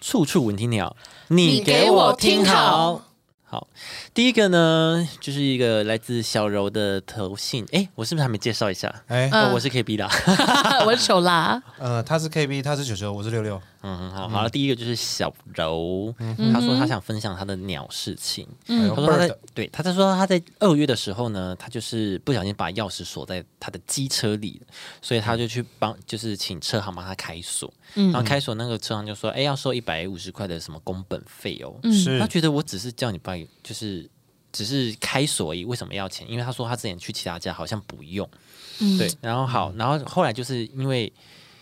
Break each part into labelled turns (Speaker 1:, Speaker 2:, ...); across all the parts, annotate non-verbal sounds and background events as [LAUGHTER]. Speaker 1: 处处闻啼鸟，
Speaker 2: 你给我听好。
Speaker 1: 好，第一个呢，就是一个来自小柔的投信。哎、我是不是还没介绍一下？
Speaker 3: 哎、
Speaker 2: 嗯
Speaker 1: 哦，我是 KB 的啊。 [LAUGHS]
Speaker 2: [LAUGHS] 我是手啦，
Speaker 3: 呃，他是 KB，他是九九，我是六六。
Speaker 1: 嗯，好，好了，第一个就是小柔，她说她想分享她的鸟事情。
Speaker 3: 嗯，
Speaker 1: 她说她在
Speaker 3: Bird
Speaker 1: 对，她在说她在二月的时候呢，她就是不小心把钥匙锁在她的机车里，所以她就去帮，就是请车行帮她开锁。
Speaker 3: 嗯
Speaker 1: 然后开锁那个车行就说：“哎，要收一百五十块的什么工本费哦。”
Speaker 3: 是
Speaker 1: 他觉得我只是叫你把，就是只是开锁而已，为什么要钱？因为他说他之前去其他家好像不用，对。然后好，然后后来就是因为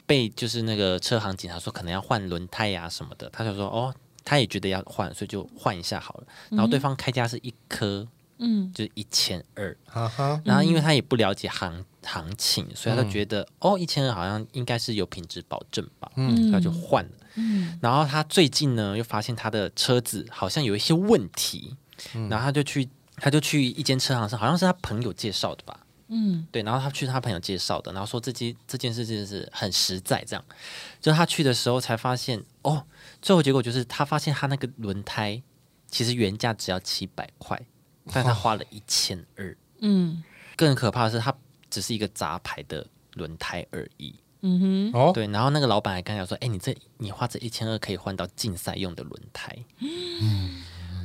Speaker 1: 被就是那个车行警察说可能要换轮胎呀、什么的，他就说哦，他也觉得要换，所以就换一下好了。然后对方开价是一颗，嗯，就是一千二。
Speaker 3: 哈哈，
Speaker 1: 然后因为他也不了解行行情，所以他就觉得、哦，一千二好像应该是有品质保证吧，嗯，他就换了。然后他最近呢又发现他的车子好像有一些问题，然后他就去他就去一间车行上，好像是他朋友介绍的吧。嗯，对，然后他去他朋友介绍的，然后说这件这件事情是很实在，这样，就他去的时候才发现，哦，最后结果就是他发现他那个轮胎其实原价只要七百块，但他花了一千二，
Speaker 2: 嗯
Speaker 1: 更可怕的是，它只是一个杂牌的轮胎而已。
Speaker 2: 嗯
Speaker 3: 哦，
Speaker 1: 对，然后那个老板还跟他讲说：“哎、你这你花这一千二可以换到竞赛用的轮胎。”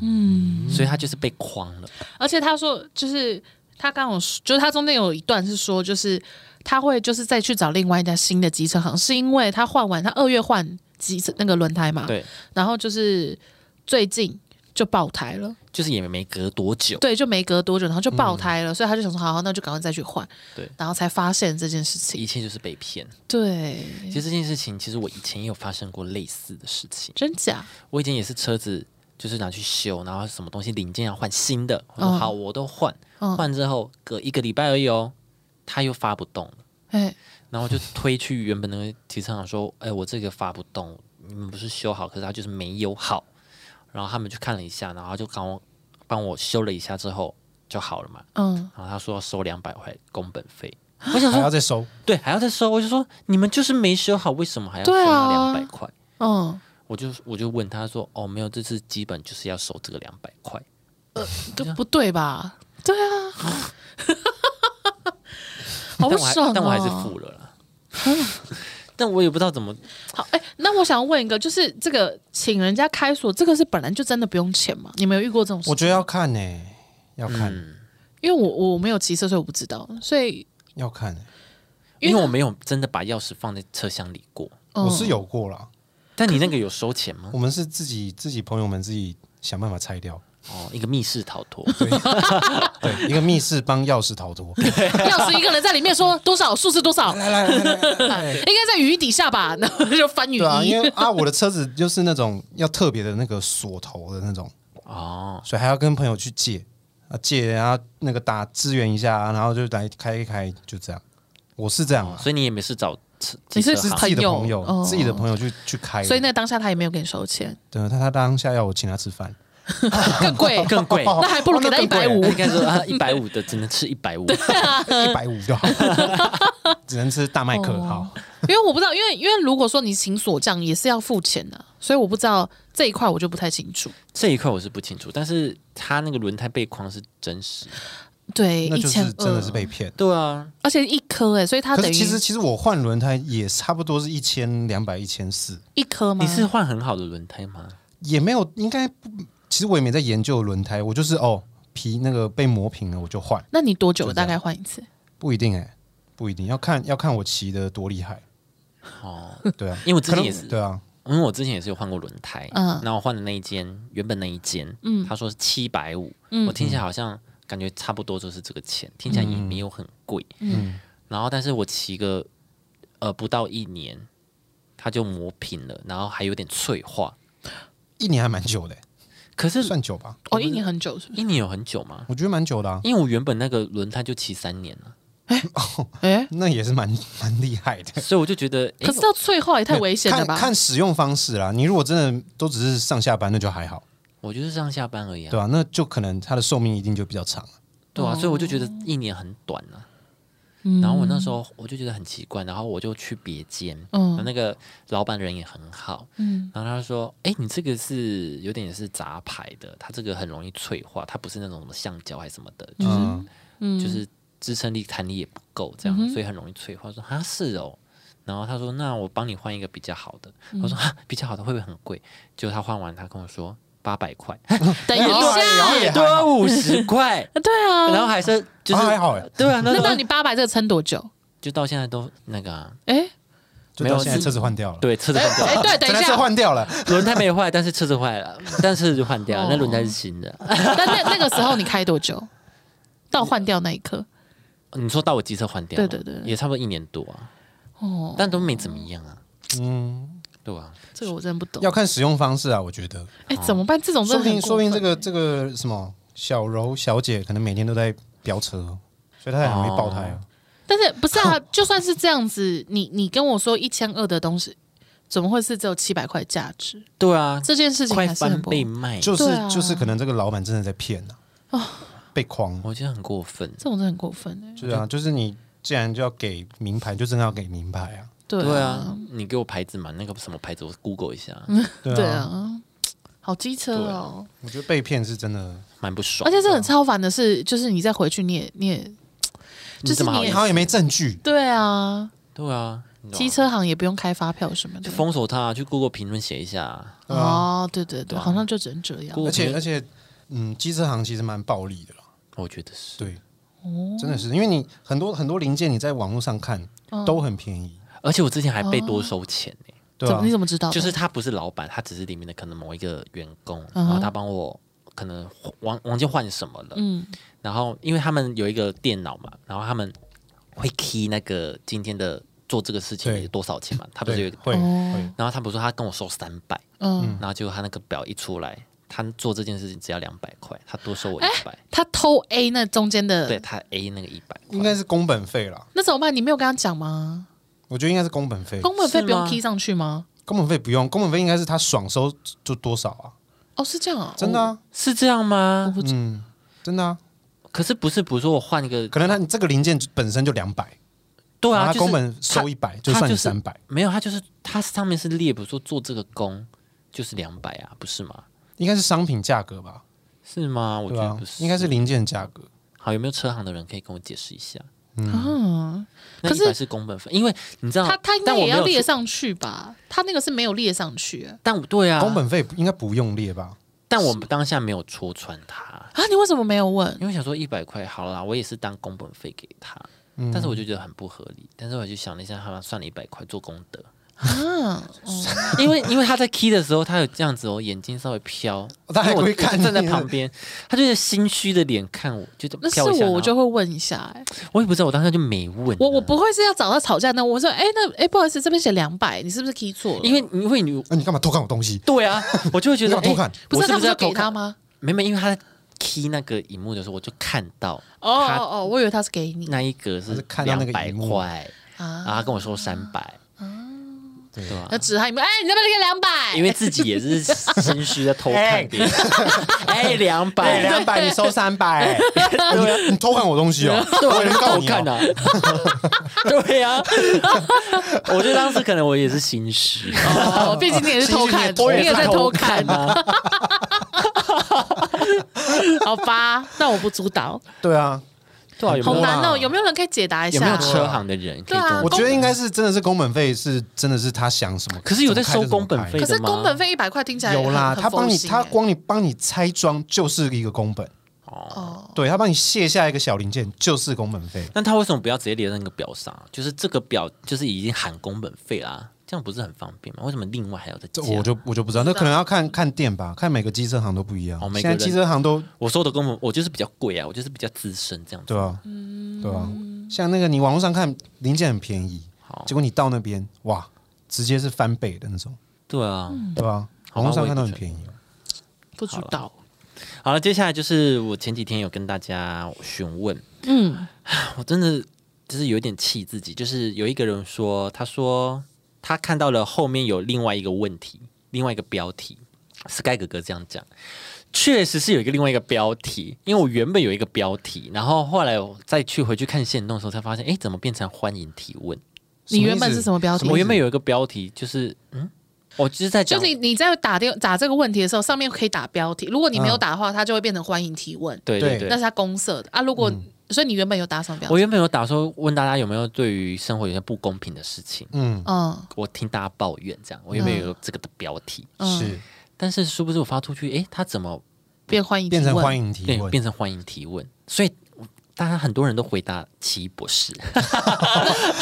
Speaker 1: 嗯所以他就是被诓了。
Speaker 2: 哼，而且他说就是他刚有说，就是他中间有一段是说，就是他会就是再去找另外一家新的机车行，是因为他换完他二月换机车那个轮胎嘛，，
Speaker 1: 对，
Speaker 2: 然后就是最近就爆胎了。
Speaker 1: 就是也没隔多久，
Speaker 2: 对，就没隔多久，然后就爆胎了，所以他就想说，好，那就赶快再去换。
Speaker 1: 对
Speaker 2: 然后才发现这件事情。
Speaker 1: 一切就是被骗。
Speaker 2: 对，
Speaker 1: 其实这件事情，其实我以前也有发生过类似的事情。
Speaker 2: 真假？
Speaker 1: 我以前也是车子就是拿去修，然后什么东西零件要换新的，我说
Speaker 2: 嗯
Speaker 1: 好，我都换。
Speaker 2: 嗯
Speaker 1: 换之后隔一个礼拜而已哦，他又发不动了。
Speaker 2: 哎，
Speaker 1: 然后就推去原本那个提车厂说：“哎，我这个发不动，你们不是修好，可是它就是没有好。”然后他们去看了一下，然后就帮我帮我修了一下之后就好了嘛。
Speaker 2: 嗯，
Speaker 1: 然后他说要收两百块工本费，
Speaker 3: 还要再收，
Speaker 1: 对，还要再收。我就说你们就是没修好，为什么还要收
Speaker 2: 对
Speaker 1: 那
Speaker 2: 啊
Speaker 1: 两百块？
Speaker 2: 嗯，
Speaker 1: 我就我就问他说：“哦，没有，这次基本就是要收这个两百块。
Speaker 2: 都不对吧？
Speaker 1: [LAUGHS]
Speaker 2: 对啊，
Speaker 1: 但
Speaker 2: 好不
Speaker 1: 我还
Speaker 2: 爽、哦、
Speaker 1: 但我还是付了啦。 [LAUGHS] 但我也不知道怎么
Speaker 2: 好，哎、那我想问一个，就是这个请人家开锁，这个是本来就真的不用钱吗？你们有遇过这种事？
Speaker 3: 我觉得要看呢、要看，
Speaker 1: 嗯
Speaker 2: 因为我我没有骑车，所以我不知道。所以，
Speaker 3: 要看、
Speaker 1: 因
Speaker 2: 因为
Speaker 1: 为
Speaker 2: 他
Speaker 1: 我没有真的把钥匙放在车厢里过。
Speaker 2: 嗯、
Speaker 3: 我是有过啦，
Speaker 1: 但你那个有收钱吗
Speaker 3: 我？们是自己自己朋友们自己想办法拆掉。
Speaker 1: 哦，一个密室逃脱，
Speaker 3: 对，一个密室帮钥匙逃脱，
Speaker 2: 钥匙一个人在里面说多少数字多少，应
Speaker 3: 来来来来来来，
Speaker 2: 该在雨衣底下吧，然后就翻雨衣。
Speaker 3: [LAUGHS] 对啊，因为啊，我的车子就是那种要特别的那个锁头的那种，
Speaker 1: 哦，
Speaker 3: 所以还要跟朋友去借啊，借然后那个打支援一下啊，然后就来开一开，就这样。我是这样啊，
Speaker 1: 所以你也没是找车，
Speaker 2: 你是
Speaker 1: 机
Speaker 3: 是
Speaker 1: 车行
Speaker 3: 自己的朋
Speaker 2: 朋友哦
Speaker 3: 友，自己的朋友去去开的，
Speaker 2: 所以那个当下他也没有给你收
Speaker 3: [LAUGHS]
Speaker 2: 钱，
Speaker 3: 对他他当下要我请他
Speaker 2: [LAUGHS]
Speaker 3: 吃饭，
Speaker 2: 更贵，
Speaker 1: 更
Speaker 2: [LAUGHS]
Speaker 1: 贵，
Speaker 2: 那还不如给
Speaker 3: 哦
Speaker 2: 他一百五
Speaker 1: 那。应该说啊，一百五的只能吃一百五，
Speaker 2: 嗯
Speaker 3: 一百五就好，
Speaker 2: [LAUGHS]
Speaker 3: 只能吃大麦克
Speaker 2: 哦
Speaker 3: 好，
Speaker 2: 因为我不知道，因为因为如果说你请锁匠也是要付钱的、所以我不知道这一块我就不太清楚。
Speaker 1: [LAUGHS] 这一块我是不清楚，但是他那个轮胎被框是真实，
Speaker 2: 对，
Speaker 3: 那
Speaker 2: 一
Speaker 3: 就是
Speaker 2: 千
Speaker 3: 真的是被骗。
Speaker 1: 对啊，
Speaker 2: 而且一颗哎、所以它
Speaker 3: 可
Speaker 2: 等
Speaker 3: 是
Speaker 2: 于
Speaker 3: 其实其实我换轮胎也差不多是一千两百一千四，
Speaker 2: 一颗吗？
Speaker 1: 你是换很好的轮胎吗？
Speaker 3: 也没有应该不，其实我也没在研究轮胎，我就是哦皮那个被磨平了我就换，
Speaker 2: 那你多久大概换一次？
Speaker 3: 不一定哎、不一定要看要看我骑的多厉害，
Speaker 1: 哦，
Speaker 3: 对啊，
Speaker 1: 因为我之
Speaker 3: 可
Speaker 1: 前
Speaker 3: 能
Speaker 1: 也是，
Speaker 3: 对啊，
Speaker 1: 因为我之前也是有换过轮胎，
Speaker 2: 嗯
Speaker 1: 嗯，然后我换的那一间，原本那一间，嗯，他说是七百五，我听起来好像感觉差不多就是这个钱，听起来也没有很贵，嗯，然后但是我骑个呃不到一年，它就磨平了，然后还有点脆化，
Speaker 3: 一年还蛮久的、欸
Speaker 1: 可是
Speaker 3: 算久吧，
Speaker 2: 哦，一年很久是不是？
Speaker 1: 一年有很久吗？
Speaker 3: 我觉得蛮久的啊，
Speaker 1: 因为我原本那个轮胎就骑三年了，
Speaker 2: 哎，
Speaker 3: 那也是蛮蛮厉害的。
Speaker 1: 所以我就觉得，诶
Speaker 2: 可是到最后也太危险了吧
Speaker 3: 看？看使用方式啦，你如果真的都只是上下班，那就还好，
Speaker 1: 我就是上下班而已啊，
Speaker 3: 对吧、那就可能它的寿命一定就比较长。
Speaker 1: 对啊，所以我就觉得一年很短啊。
Speaker 2: 嗯
Speaker 1: 然后我
Speaker 3: 嗯
Speaker 1: 那时候我就觉得很奇怪，然后我就去别间，然后那个老板人也很好，
Speaker 3: 嗯
Speaker 1: 然后他就说：“哎，你这个是有点是杂牌的，它这个很容易脆化，它不是那种什么橡胶还是什么的，就是、
Speaker 3: 嗯，
Speaker 1: 就是支撑力弹力也不够，这样、所以很容易脆化。”我说：“啊，是哦。”然后他说：“那我帮你换一个比较好的。我说：“
Speaker 3: 嗯
Speaker 1: 啊，比较好的会不会很贵？”结果他换完，他跟我说八百块，
Speaker 2: 等一下，
Speaker 3: 哎也还好
Speaker 1: 多五十块，
Speaker 3: [LAUGHS]
Speaker 2: 对啊，
Speaker 1: 然后还是就是
Speaker 3: 啊还好哎，
Speaker 1: 对啊，那
Speaker 2: 那
Speaker 1: 时
Speaker 2: 那
Speaker 1: 候
Speaker 2: 你八百这个撑多久？
Speaker 1: 就到现在都那个、啊，
Speaker 2: 哎
Speaker 3: 就
Speaker 1: 没有
Speaker 3: 到现在
Speaker 1: 是
Speaker 3: 车子换掉了，
Speaker 1: 对，车子换掉
Speaker 2: 哎，
Speaker 1: 了，
Speaker 2: 对，等
Speaker 3: 整
Speaker 2: 一
Speaker 3: 台车
Speaker 2: 下，
Speaker 3: 换
Speaker 2: [LAUGHS]
Speaker 3: 掉了，
Speaker 1: 轮胎没坏，但是车子坏了，但车子就换
Speaker 2: 哦
Speaker 1: 掉了，那轮胎是新的。
Speaker 2: 但那那个时候你开多
Speaker 3: [LAUGHS]
Speaker 2: 久？到换掉那一刻，
Speaker 1: 你说到我机车换掉吗，
Speaker 2: 对对对
Speaker 1: 也差不多一年多啊，
Speaker 2: 哦，
Speaker 1: 但都没怎么样啊，
Speaker 3: 嗯，
Speaker 1: 对啊，
Speaker 2: 这个我真的不懂
Speaker 3: 要。看使用方式啊，我觉得，
Speaker 2: 哎，怎么办？这种
Speaker 3: 说
Speaker 2: 真
Speaker 3: 不
Speaker 2: 的很
Speaker 3: 定
Speaker 2: 过
Speaker 3: 说不定这
Speaker 2: 分
Speaker 3: 个这个什么小柔小姐，可能每天都在飙车，哦所以她很容易爆胎
Speaker 2: 哦
Speaker 3: 啊。
Speaker 2: 但是不是啊？就算是这样子，你你跟我说一千二的东西，怎么会是只有七百块价值？
Speaker 1: 对啊，
Speaker 2: 这件事情
Speaker 1: 快
Speaker 2: 还是
Speaker 1: 翻
Speaker 2: 很不
Speaker 1: 倍卖，
Speaker 3: 就是、
Speaker 2: 对啊哦
Speaker 3: 就是可能这个老板真的在骗啊，被诓，哦
Speaker 1: 我觉得很过分。
Speaker 2: 这种真的很过分哎、
Speaker 3: 就是啊，就是你既然就要给名牌，就真的要给名牌啊，
Speaker 2: 对
Speaker 1: 对
Speaker 2: 啊
Speaker 1: 啊，，你给我牌子嘛，那个什么牌子，我 Google 一下，
Speaker 3: 对啊，
Speaker 2: 对啊，好机车
Speaker 1: 啊
Speaker 2: 哦！
Speaker 3: 我觉得被骗是真的，
Speaker 1: 蛮不爽
Speaker 2: 而。且这很超凡的是，就是你再回去，你也你也
Speaker 1: 你怎么好
Speaker 2: 就
Speaker 1: 意
Speaker 2: 是你
Speaker 3: 你
Speaker 1: 思
Speaker 3: 好？像也没证据，
Speaker 2: 对啊，
Speaker 1: 对啊，你懂吗
Speaker 2: 机车行也不用开发票什么的
Speaker 1: 就。封锁他，去 Google 评论写一下啊。
Speaker 3: 对啊，
Speaker 2: 哦，对对对，好像就只能这样。
Speaker 1: Google
Speaker 3: 而且
Speaker 1: 评
Speaker 3: 而
Speaker 1: 论
Speaker 3: 且，嗯，机车行其实蛮暴力的啦，
Speaker 1: 我觉得是，
Speaker 3: 对，
Speaker 1: 哦
Speaker 3: 真的是，因为你很多很多零件你在网络上看
Speaker 1: 哦
Speaker 3: 都很便宜，
Speaker 1: 而且我之前还被
Speaker 2: 哦
Speaker 1: 多收钱呢、
Speaker 3: 对
Speaker 2: 怎
Speaker 3: 啊
Speaker 2: 么你，怎么知道的？
Speaker 1: 就是他不是老板，他只是里面的可能某一个员工，
Speaker 2: 哦嗯哼
Speaker 1: 然后他帮我可能忘忘记换什么了，
Speaker 2: 嗯
Speaker 1: 然后因为他们有一个电脑嘛，然后他们会 key 那个今天的做这个事情
Speaker 3: 对
Speaker 1: 也多少钱嘛，他不是有一
Speaker 3: 对，
Speaker 1: 个，
Speaker 3: 会
Speaker 2: 哦
Speaker 3: 会，
Speaker 1: 然后他不是说他跟我收三百，
Speaker 2: 嗯，
Speaker 1: 然后结果他那个表一出来，他做这件事情只要两百块，他多收我一百、
Speaker 2: 他偷 A 那中间
Speaker 1: 对
Speaker 2: 的，
Speaker 1: 他 A 那个一百
Speaker 3: 应
Speaker 1: 块，
Speaker 3: 该是工本费啦，
Speaker 2: 那怎么办？你没有跟他讲吗？
Speaker 3: 我觉得应该是工本费，
Speaker 2: 工本费
Speaker 1: 是
Speaker 2: 不用
Speaker 1: 吗
Speaker 2: key 上去吗？
Speaker 3: 工本费不用，工本费应该是他爽收就多少啊，
Speaker 2: 哦，是这样啊，
Speaker 3: 真的啊，
Speaker 1: 是这样吗？
Speaker 3: 嗯，真的啊，
Speaker 1: 可是不是，比如说我换一个，
Speaker 3: 可能他你这个零件本身就两百。
Speaker 1: 对啊，
Speaker 3: 然后
Speaker 1: 就
Speaker 3: 他
Speaker 1: 是
Speaker 3: 工本收一百，就
Speaker 1: 他
Speaker 3: 算你
Speaker 1: 就是
Speaker 3: 三百，
Speaker 1: 没有，他就是他上面是列，比如说做这个工就是两百啊，不是吗？
Speaker 3: 应该是商品价格吧？
Speaker 1: 是吗？我
Speaker 3: 对
Speaker 1: 觉
Speaker 3: 吧、
Speaker 1: 得不是，
Speaker 3: 应该是零件价格。
Speaker 1: 好，有没有车行的人可以跟我解释一下？
Speaker 2: 啊，
Speaker 1: 那
Speaker 2: 可
Speaker 1: 一
Speaker 2: 是
Speaker 1: 百是工本费，因为你知道
Speaker 2: 他他应该
Speaker 1: 但我
Speaker 2: 也
Speaker 1: 没有
Speaker 2: 要列
Speaker 1: 去，
Speaker 2: 上去吧？他那个是没有列上去啊，
Speaker 1: 但我对啊，
Speaker 3: 工本费应该不用列吧？
Speaker 1: 但我们当下没有戳穿他，
Speaker 2: 啊你为什么没有问？
Speaker 1: 因为想说一百块好啦，我也是当工本费给他，
Speaker 3: 嗯
Speaker 1: 但是我就觉得很不合理。但是我就想了一下，好了，算了一百块做功德， [LAUGHS]
Speaker 2: [LAUGHS] 啊，
Speaker 1: 因为因为他在 key 的时候，他有这样子哦，眼睛稍微飘，
Speaker 3: 哦他还
Speaker 1: 因为我
Speaker 3: 故意看你
Speaker 1: 我站在旁边，他就是心虚的脸看我，就
Speaker 2: 那是
Speaker 1: 飘一下
Speaker 2: 我，
Speaker 1: 然
Speaker 2: 我
Speaker 1: 后
Speaker 2: 就会问一下、哎，
Speaker 1: 我也不知道，我当时就没问啊。
Speaker 2: 我我不会是要找他吵架呢？我说，哎、那哎、不好意思，这边写两百，你是不是 key 错了？
Speaker 1: 因为因为你
Speaker 3: 啊那、你干嘛偷看我东西？
Speaker 1: 对啊，我就会觉得
Speaker 3: 你
Speaker 1: 哎
Speaker 3: 干嘛偷看
Speaker 2: 不
Speaker 1: 我
Speaker 2: 是
Speaker 1: 是
Speaker 2: 他
Speaker 1: 不
Speaker 2: 不是
Speaker 1: 要
Speaker 2: 要
Speaker 1: 偷
Speaker 2: 给他
Speaker 1: 看？
Speaker 2: 吗？
Speaker 1: 没没，因为他 key 那个荧幕的时候，我就看到
Speaker 2: 哦
Speaker 1: 他
Speaker 2: 哦哦，我以为他是给你
Speaker 1: 那一格是
Speaker 3: 是看到那
Speaker 1: 两
Speaker 3: 个
Speaker 1: 百
Speaker 3: 荧幕
Speaker 1: 块，然后
Speaker 2: 啊。
Speaker 1: 他跟我说三百，
Speaker 3: 对
Speaker 1: 对吧
Speaker 2: 那？指他你们，哎、你这边给两百，
Speaker 1: 因为自己也是心虚的偷看别人，哎，两百，啊
Speaker 3: 两百你收三
Speaker 1: [LAUGHS]
Speaker 3: 百、对、你偷看我东西哦，
Speaker 1: 对啊，
Speaker 3: 我也告
Speaker 1: 偷
Speaker 3: 你
Speaker 1: 看
Speaker 3: 哦。
Speaker 1: 的， [LAUGHS] 对呀，我觉得当时可能我也是心虚，
Speaker 2: [LAUGHS] 哦，毕竟你也是偷看，
Speaker 1: [LAUGHS]
Speaker 3: 其实你也
Speaker 2: 你也在偷看，
Speaker 1: 啊，
Speaker 2: [LAUGHS] 好吧？那我不主导，
Speaker 3: 对啊，
Speaker 1: 对 [LAUGHS] 啊，有
Speaker 2: 好
Speaker 1: 没有
Speaker 2: 难哦。有没有人可以解答一
Speaker 1: 有没有
Speaker 2: 下？
Speaker 1: 车行的人可以
Speaker 2: 对啊
Speaker 1: 跟
Speaker 2: 工
Speaker 1: 我
Speaker 3: 我？觉得应该是真的是工本费是真的是他想什么，
Speaker 1: 可是有在收工本费
Speaker 2: 可
Speaker 1: 的
Speaker 2: 是
Speaker 1: 吗
Speaker 2: 工本费一百块听起来
Speaker 3: 有啦，
Speaker 2: 很
Speaker 3: 他帮你
Speaker 1: 欸
Speaker 3: 他。
Speaker 2: 很佛心
Speaker 3: 光你帮你拆装就是一个工本，
Speaker 2: 哎哦，
Speaker 3: 对他帮你卸下一个小零件就是工本费。
Speaker 1: 那他为什么不要直接列在那个表上？就是这个表就是已经含工本费啦，这样不是很方便吗？为什么另外还要再
Speaker 3: 这
Speaker 1: 加？
Speaker 3: 我就我就不知道，那可能要看看店吧，看每个机车行都不一样。
Speaker 1: 哦每
Speaker 3: 现
Speaker 1: 个
Speaker 3: 在
Speaker 1: 人
Speaker 3: 机车行都
Speaker 1: 我说的工本，我就是比较贵啊，我就是比较资深这样子。
Speaker 3: 对啊，
Speaker 1: 嗯
Speaker 3: 对啊，像那个你网络上看零件很便宜，
Speaker 1: 好
Speaker 3: 结果你到那边哇，直接是翻倍的那种，
Speaker 1: 对啊，
Speaker 3: 对吧？
Speaker 1: 好吧
Speaker 3: 网络上看到很便宜，
Speaker 2: 不主导。
Speaker 1: 好了， [SIGHS] 接下来就是我前几天有跟大家询问，
Speaker 2: 嗯，
Speaker 1: 我真的就是有点气自己，就是有一个人说，他说他看到了后面有另外一个问题，另外一个标题，Sky 哥哥这样讲。确实是有一个另外一个标题，因为我原本有一个标题，然后后来我再去回去看线动的时候，才发现，哎，怎么变成欢迎提问？
Speaker 2: 你原本是什么标题
Speaker 1: 我原本有一个标题，就是嗯，我就是在
Speaker 2: 就
Speaker 1: 讲，
Speaker 2: 你你在打电打这个问题的时候，上面可以打标题，如果你没有打的话，它就会变成欢迎提问，
Speaker 1: 对对
Speaker 3: 嗯对嗯
Speaker 2: 那
Speaker 1: 对，
Speaker 2: 是它公社的啊。如果、所以你原本有打什么标
Speaker 1: 我
Speaker 2: 题？
Speaker 1: 原本有打说问大家有没有对于生活有些不公平的事情，
Speaker 3: 嗯，
Speaker 2: 嗯
Speaker 1: 我听大家抱怨这样，我原本有这个的标题，
Speaker 2: 嗯，
Speaker 3: 是
Speaker 1: 但是殊不知我发出去，哎，他怎么
Speaker 2: 变欢迎提
Speaker 3: 变成
Speaker 2: 问
Speaker 3: 欢迎提
Speaker 1: 变
Speaker 3: 问，
Speaker 1: 变成欢迎提问？所以大家很多人都回答奇异博
Speaker 3: [LAUGHS]
Speaker 1: 士，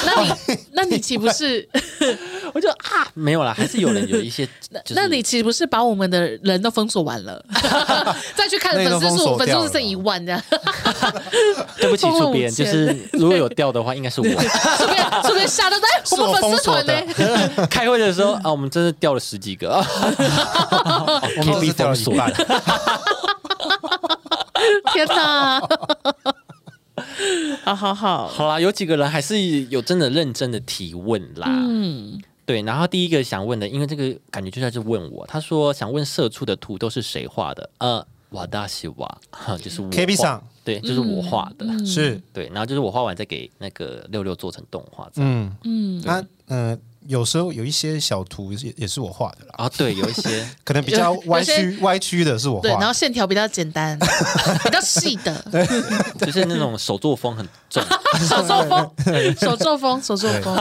Speaker 2: 那你那你岂不是
Speaker 1: 我就啊没有啦，还是有人有一
Speaker 3: [LAUGHS]
Speaker 1: 些，就是
Speaker 2: 那你岂不是把我们的人都封锁完了？再去看
Speaker 3: 那
Speaker 2: 粉
Speaker 3: 个
Speaker 2: 丝
Speaker 3: 封
Speaker 2: 数，
Speaker 3: 锁
Speaker 2: 粉丝
Speaker 3: 掉
Speaker 2: 数
Speaker 3: 了
Speaker 2: 剩一万这样，
Speaker 1: 对不起，
Speaker 2: 疯了
Speaker 1: 出边
Speaker 2: 五
Speaker 1: 就
Speaker 2: 千
Speaker 1: 是如果有掉的话，应该是
Speaker 3: [LAUGHS]
Speaker 1: 我。
Speaker 2: 顺便顺便吓到哎，
Speaker 3: 是
Speaker 2: 我
Speaker 3: 我
Speaker 2: 们粉
Speaker 3: 封
Speaker 2: 丝
Speaker 3: 锁
Speaker 2: 团
Speaker 3: 的
Speaker 2: 呢？
Speaker 1: 开会的时候啊，我们真的掉了十几
Speaker 3: [LAUGHS]
Speaker 1: 个，啊
Speaker 3: 我们都是
Speaker 1: KB
Speaker 3: 掉
Speaker 1: 封
Speaker 3: 了一
Speaker 1: 锁
Speaker 3: 半， [LAUGHS]
Speaker 2: 天
Speaker 3: [LAUGHS]
Speaker 2: 哪！好好好，
Speaker 1: 好啦，有几个人还是有真的认真的提问啦。
Speaker 2: 嗯，
Speaker 1: 对，然后第一个想问的，因为这个感觉就在这问我，他说想问社畜的图都是谁画的？呃，瓦达西瓦，哈就是我
Speaker 3: KB
Speaker 1: 画
Speaker 3: 上
Speaker 1: 对，就是我画的。
Speaker 2: 嗯
Speaker 3: 是
Speaker 1: 对，然后就是我画完再给那个六六做成动画这样。
Speaker 3: 嗯嗯，那呃，有时候有一些小图也也是我画的啦，
Speaker 1: 啊，对，有一些
Speaker 3: 可能比较
Speaker 2: 有
Speaker 3: 歪
Speaker 2: 有些
Speaker 3: 曲歪曲的是我
Speaker 2: 对，然
Speaker 3: 画
Speaker 2: 后
Speaker 3: 的，
Speaker 2: 线条比较简
Speaker 3: [LAUGHS]
Speaker 2: 单，比较细的，
Speaker 1: 就是那种手作风很重，
Speaker 2: 手作风，手作风，手作风，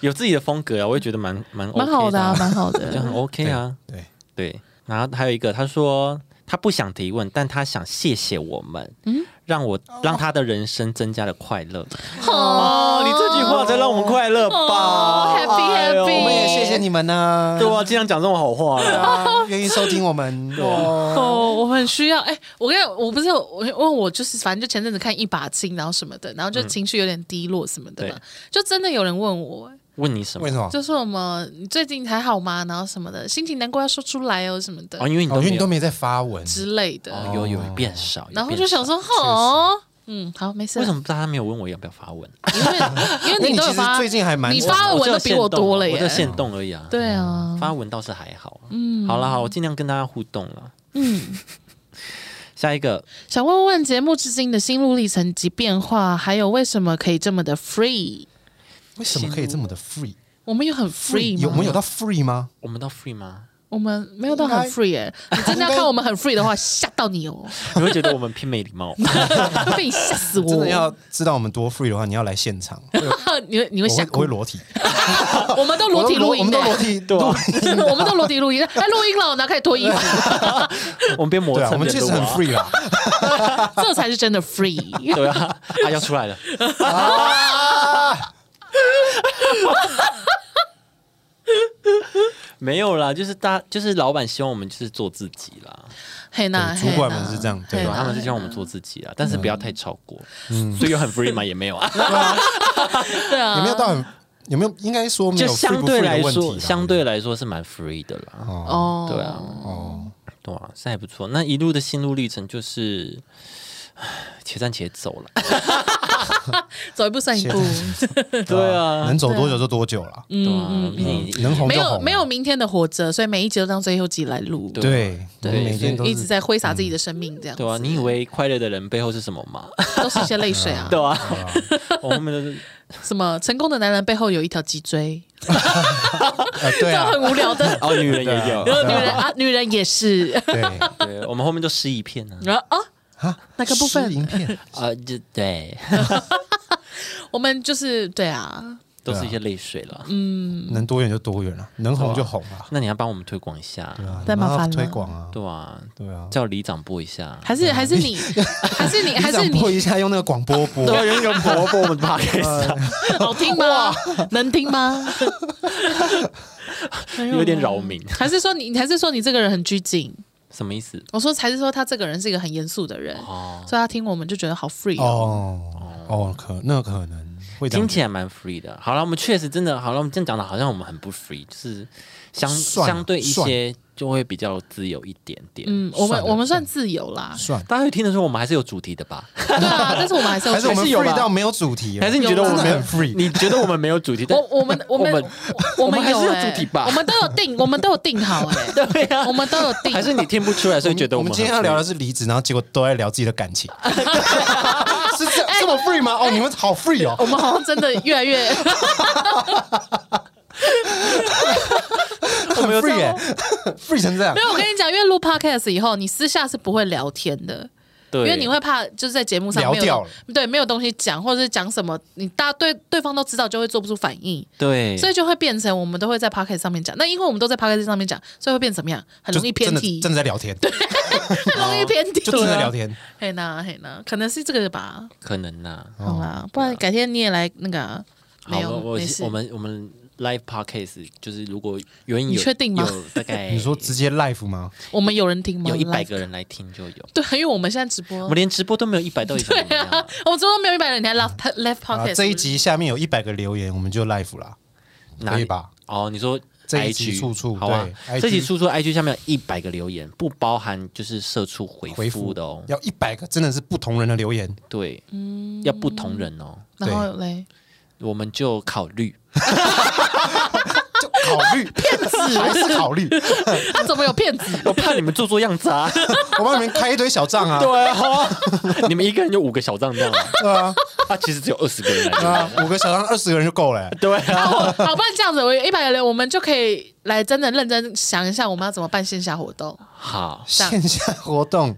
Speaker 1: 有自己的风格啊，我也觉得蛮蛮 OK
Speaker 2: 蛮好的
Speaker 1: 啊
Speaker 2: 啊，蛮好 [LAUGHS]
Speaker 1: 就
Speaker 2: 的。
Speaker 1: 很 OK 啊。
Speaker 3: 对，
Speaker 1: 对，然后还有一个，他说他不想提问，但他想谢谢我们，
Speaker 2: 嗯
Speaker 1: 让我
Speaker 3: 哦
Speaker 1: 让他的人生增加了快乐。
Speaker 2: 哦
Speaker 1: 哦，你这句话才让我们快乐吧
Speaker 2: 哦，happy，
Speaker 1: 哎呦
Speaker 2: happy
Speaker 1: 我
Speaker 3: 我
Speaker 1: 们
Speaker 3: 们也
Speaker 1: 也
Speaker 3: 谢谢你
Speaker 2: [LAUGHS]
Speaker 3: 们呢，
Speaker 1: 对啊，经常讲这种好话啊。
Speaker 3: 啊，愿意收听我们，
Speaker 1: [LAUGHS]
Speaker 3: 哦，
Speaker 2: 哦，我很需要。哎、我跟你讲我不是有我问我就是，反正就前阵子看一把青，然后什么的，然后就情绪有点低落什么的嘛，
Speaker 1: 嗯对
Speaker 2: 就真的有人问我、哎
Speaker 1: 问你什么
Speaker 3: 为？什么？
Speaker 2: 就说什么你最近还好吗？然后什么的，心情难过要说出来哦什么的、
Speaker 1: 哦，因为你
Speaker 3: 哦，
Speaker 1: 都
Speaker 3: 因
Speaker 1: 没
Speaker 3: 为你
Speaker 1: 有
Speaker 3: 都没在发文，
Speaker 2: 之类的。
Speaker 1: 哦，有有变少，有
Speaker 2: 然后
Speaker 1: 变
Speaker 2: 就想
Speaker 1: 少。
Speaker 2: 说，哦，嗯，好，没事。
Speaker 1: 为什？么大家没有问我要不要发文？
Speaker 2: 因
Speaker 1: [LAUGHS]
Speaker 2: 为因为
Speaker 3: 因为
Speaker 2: 你
Speaker 3: 你
Speaker 2: 都有
Speaker 3: 其实
Speaker 2: 发，
Speaker 3: 最近还蛮
Speaker 2: 你 [LAUGHS] 发的文都
Speaker 1: 就
Speaker 2: 比我多了耶
Speaker 1: 啊我就。限动而已啊。
Speaker 2: 对啊，
Speaker 1: 发文倒是还好。嗯，好了好，我尽量跟大家互动了。嗯， [LAUGHS] 下一个
Speaker 2: 想问问节目至今的心路历程及变化，还有为什么可以这么的 free？
Speaker 3: 为什么可以这么的 free？
Speaker 2: 我们有很 free 吗？
Speaker 3: 有我们有到 free 吗？
Speaker 1: 我们到 free 吗？
Speaker 2: 我们没有到很
Speaker 3: 应该
Speaker 2: free
Speaker 3: [LAUGHS]
Speaker 2: 哎、你真的要看我们很 free 的话，吓到你哦，
Speaker 1: 你会觉得我们偏没礼
Speaker 2: [LAUGHS]
Speaker 1: 貌，
Speaker 2: 会被你吓死我。哦
Speaker 3: 真的要知道我们多 free 的话，你要来现场，我
Speaker 2: [LAUGHS] 你会你会吓
Speaker 3: 会我会
Speaker 2: 哭。
Speaker 3: 裸体，
Speaker 2: 我们都裸体录
Speaker 3: 我
Speaker 2: 音
Speaker 3: 们
Speaker 2: 的
Speaker 3: 都，裸
Speaker 1: [LAUGHS]
Speaker 3: 体，对啊，
Speaker 2: 我们都裸体录音，哎，录音了，我哪开始脱衣
Speaker 3: [LAUGHS]
Speaker 2: 服？
Speaker 1: 我们变磨
Speaker 3: 对啊，
Speaker 1: 蹭
Speaker 3: 我们
Speaker 1: 人
Speaker 3: 确
Speaker 1: 的
Speaker 3: 实很
Speaker 1: 我啊
Speaker 3: free
Speaker 2: [LAUGHS]
Speaker 3: 啦。
Speaker 2: 这才是真的 free。
Speaker 1: [LAUGHS] 对啊，啊要出来了， [LAUGHS] 没有啦，就是大，就是老板希望我们就是做自己啦，
Speaker 2: 嘿呐，
Speaker 3: 对主管们是这样
Speaker 2: 嘿
Speaker 1: 对
Speaker 2: 呐
Speaker 1: 吧？他们是希望我们做自己啦，但是不要太超过，
Speaker 3: 嗯
Speaker 1: 所以有很 free 嘛也没有啊，
Speaker 2: 对啊，
Speaker 3: 有没有到很有没有？应该说
Speaker 1: [LAUGHS]
Speaker 3: 没
Speaker 1: 就
Speaker 3: 有 free
Speaker 1: 相
Speaker 3: 不
Speaker 1: 对
Speaker 3: free 的
Speaker 1: 来
Speaker 3: 问题
Speaker 1: 说，
Speaker 3: 啦，
Speaker 1: 相对来说是蛮 free 的啦，
Speaker 2: 哦，
Speaker 1: 对啊，
Speaker 3: 哦，
Speaker 1: 对啊，是还不错。那一路的心路历程就是。唉且战且走了， [LAUGHS]
Speaker 2: 走一步算一步，
Speaker 1: 对啊
Speaker 3: 能走多久就多久了，
Speaker 1: 对啊，毕竟已经
Speaker 3: 能红
Speaker 2: 没
Speaker 3: 就
Speaker 2: 有
Speaker 3: 红，
Speaker 2: 没有明天的活着，所以每一集都当最后集来录，
Speaker 3: 对，嗯我
Speaker 1: 对
Speaker 3: 们每天都
Speaker 2: 一直
Speaker 3: 是
Speaker 2: 在挥洒自己的生命，这样
Speaker 1: 对啊，
Speaker 2: 子
Speaker 1: 你以为快乐的人背后是什么吗？
Speaker 2: 都是一些泪水啊，
Speaker 1: [LAUGHS] 对啊， [LAUGHS] 我后面都是
Speaker 2: 什么成功的男人背后有一条脊椎，
Speaker 3: 呃对
Speaker 2: 这
Speaker 1: [LAUGHS]
Speaker 3: 啊，
Speaker 2: 很无聊的。
Speaker 1: 哦，女人也有， [LAUGHS]
Speaker 2: 然后女人啊，女人也是， [LAUGHS]
Speaker 3: 对，
Speaker 1: 对，我们后面都诗一片呢、
Speaker 2: 然后啊，哪个部
Speaker 3: 是
Speaker 2: 分？
Speaker 3: 影片
Speaker 1: [LAUGHS] 啊，呃，就对，
Speaker 2: 我们就是对啊，
Speaker 1: [LAUGHS] 都是一些泪水了。嗯，
Speaker 3: 能多远就多远了，啊能红就红了，
Speaker 1: 那你要帮我们推广一下，
Speaker 3: 对啊
Speaker 2: 太
Speaker 3: 你们
Speaker 2: 麻
Speaker 3: 要
Speaker 2: 烦了
Speaker 3: 推广啊，
Speaker 1: 对啊，
Speaker 3: 对啊，
Speaker 1: 叫里长播一 [LAUGHS] 下，
Speaker 2: 还是还是你， [LAUGHS] 还是
Speaker 1: 哎
Speaker 2: 你，还是
Speaker 3: 播
Speaker 2: 你
Speaker 3: 一下用那个广播
Speaker 1: [LAUGHS]
Speaker 3: 播，[LAUGHS]
Speaker 1: 对，有一个婆婆我们 p o d c
Speaker 2: 好听吗？能听吗？
Speaker 1: 有点扰民，
Speaker 2: 还是说你，你还是说你这个人很拘谨？
Speaker 1: 什么意思？
Speaker 2: 我说，还是说他这个人是一个很严肃的人，
Speaker 1: 哦， [LAUGHS]
Speaker 2: 哦所以他听我们就觉得好 free 哦。
Speaker 3: 哦哦，可那可能会这样
Speaker 1: 听
Speaker 3: 觉
Speaker 1: 起来蛮 free 的。好了，我们确实真的好了，我们这样讲的好像我们很不 free，就是相
Speaker 3: 算了
Speaker 1: 相对一些就会比较自由一点点。
Speaker 2: 嗯，我
Speaker 3: 算
Speaker 2: 们
Speaker 3: 了
Speaker 2: 我们算自由啦
Speaker 3: 得，算，
Speaker 1: 大家会听得出我们还是有主题的吧？
Speaker 2: 对啊，但是我们还是有
Speaker 3: 还是我们
Speaker 1: [LAUGHS] 还是有吧
Speaker 3: free 到没有主题了，
Speaker 1: 还是你觉得
Speaker 2: 有
Speaker 1: 我
Speaker 2: 啦
Speaker 1: 们没有
Speaker 3: 真的很 free
Speaker 1: 你觉得我们没有主 [LAUGHS] 题？但
Speaker 2: 我我们我
Speaker 1: 我
Speaker 2: 们
Speaker 1: 们
Speaker 2: 我
Speaker 1: 我们还是
Speaker 2: 有
Speaker 1: 有
Speaker 2: 欸
Speaker 1: 主题吧，
Speaker 2: 我们都有定，我们都有定好哎
Speaker 1: 对呀、
Speaker 2: 我们都有定，
Speaker 1: 还是你听不出来，所
Speaker 2: 嗯
Speaker 1: 以觉得
Speaker 3: 啊我
Speaker 1: 们很
Speaker 3: 们今天要聊
Speaker 1: free
Speaker 3: 的是离职，然后结果都在聊自己的感
Speaker 2: [LAUGHS]
Speaker 3: 情，是这这么 free 吗？哦，你们好 free 哦，
Speaker 2: 我们好像真的越来越 [LAUGHS]
Speaker 3: 很 free 哎 [LAUGHS] ，free 成这样
Speaker 2: 没，有。我跟你讲，因为录 podcast 以后，你私下是不会聊天的。
Speaker 1: 对，
Speaker 2: 因为你会怕，就是在节目上
Speaker 3: 聊
Speaker 2: 没有
Speaker 3: 掉了
Speaker 2: 对，没有东西讲，或者是讲什么，你大家对对方都知道，就会做不出反应，
Speaker 1: 对，
Speaker 2: 所以就会变成我们都会在 p o c k e t 上面讲。那因为我们都在 p o c k e t 上面讲，所以会变怎么样？很
Speaker 3: 就
Speaker 2: 容易偏
Speaker 3: 真的
Speaker 2: 题，
Speaker 3: 真的在聊天，
Speaker 2: [LAUGHS] 很容易偏题。
Speaker 3: 就真
Speaker 2: 对
Speaker 3: 的在
Speaker 2: 啊
Speaker 3: 聊天，
Speaker 2: 嘿呐嘿呐，可能是这个吧。
Speaker 1: 可能呐、
Speaker 2: 好啦，不然改天你也来那个啊、
Speaker 1: 好，
Speaker 2: 没有
Speaker 1: 我我
Speaker 2: 没事。
Speaker 1: 我们我们 live podcast 就是如果原因
Speaker 2: 你
Speaker 1: 有
Speaker 2: 确定吗
Speaker 1: 有大概
Speaker 3: [LAUGHS] 你说直接 live 吗？
Speaker 2: 我们有人听吗？
Speaker 1: 有一百
Speaker 2: Live
Speaker 1: 个人来听就有，
Speaker 2: 对，因为我们现在直
Speaker 1: 我
Speaker 2: 播
Speaker 1: 们，连直播都没有一百到底想怎么样啊、
Speaker 2: [LAUGHS] 我们直播没有一百人，你还 left left
Speaker 3: 啊
Speaker 2: pocket、，
Speaker 3: 这一集下面有一百个留言，我们就 live 啦，
Speaker 1: 哪
Speaker 3: 可以
Speaker 1: 里？
Speaker 3: 吧？
Speaker 1: 哦，你说
Speaker 3: 这一集
Speaker 1: IG
Speaker 3: 处处
Speaker 1: 好啊
Speaker 3: 对，
Speaker 1: 这集
Speaker 3: IG
Speaker 1: 处处 IG 下面有一百个留言，不包含就是社畜回
Speaker 3: 回
Speaker 1: 复
Speaker 3: 复
Speaker 1: 的哦。
Speaker 3: 要一百个真的是不同人的留言，
Speaker 1: 对，
Speaker 2: 嗯
Speaker 1: 要不同人哦，
Speaker 2: 然后嘞，
Speaker 1: 我们就考虑。
Speaker 3: 就考
Speaker 2: [LAUGHS]
Speaker 3: 虑骗子，还是考虑？
Speaker 2: 他、啊怎么有骗子？
Speaker 1: 我怕你们做做样子啊。
Speaker 3: 我帮你们开一堆小账啊，
Speaker 1: 对啊，你们一个人就五个小账这样啊，
Speaker 3: 对啊，
Speaker 1: 啊，其实只有二十个人来
Speaker 3: 对
Speaker 1: 听。
Speaker 3: 啊，五个小账二十个人就够了欸，
Speaker 1: 对啊，
Speaker 2: [LAUGHS] 好，不然这样子，我一百个人，我们就可以来真的认真想一下，我们要怎么办线下活动。
Speaker 1: 好，
Speaker 2: 这样
Speaker 3: 线下活动。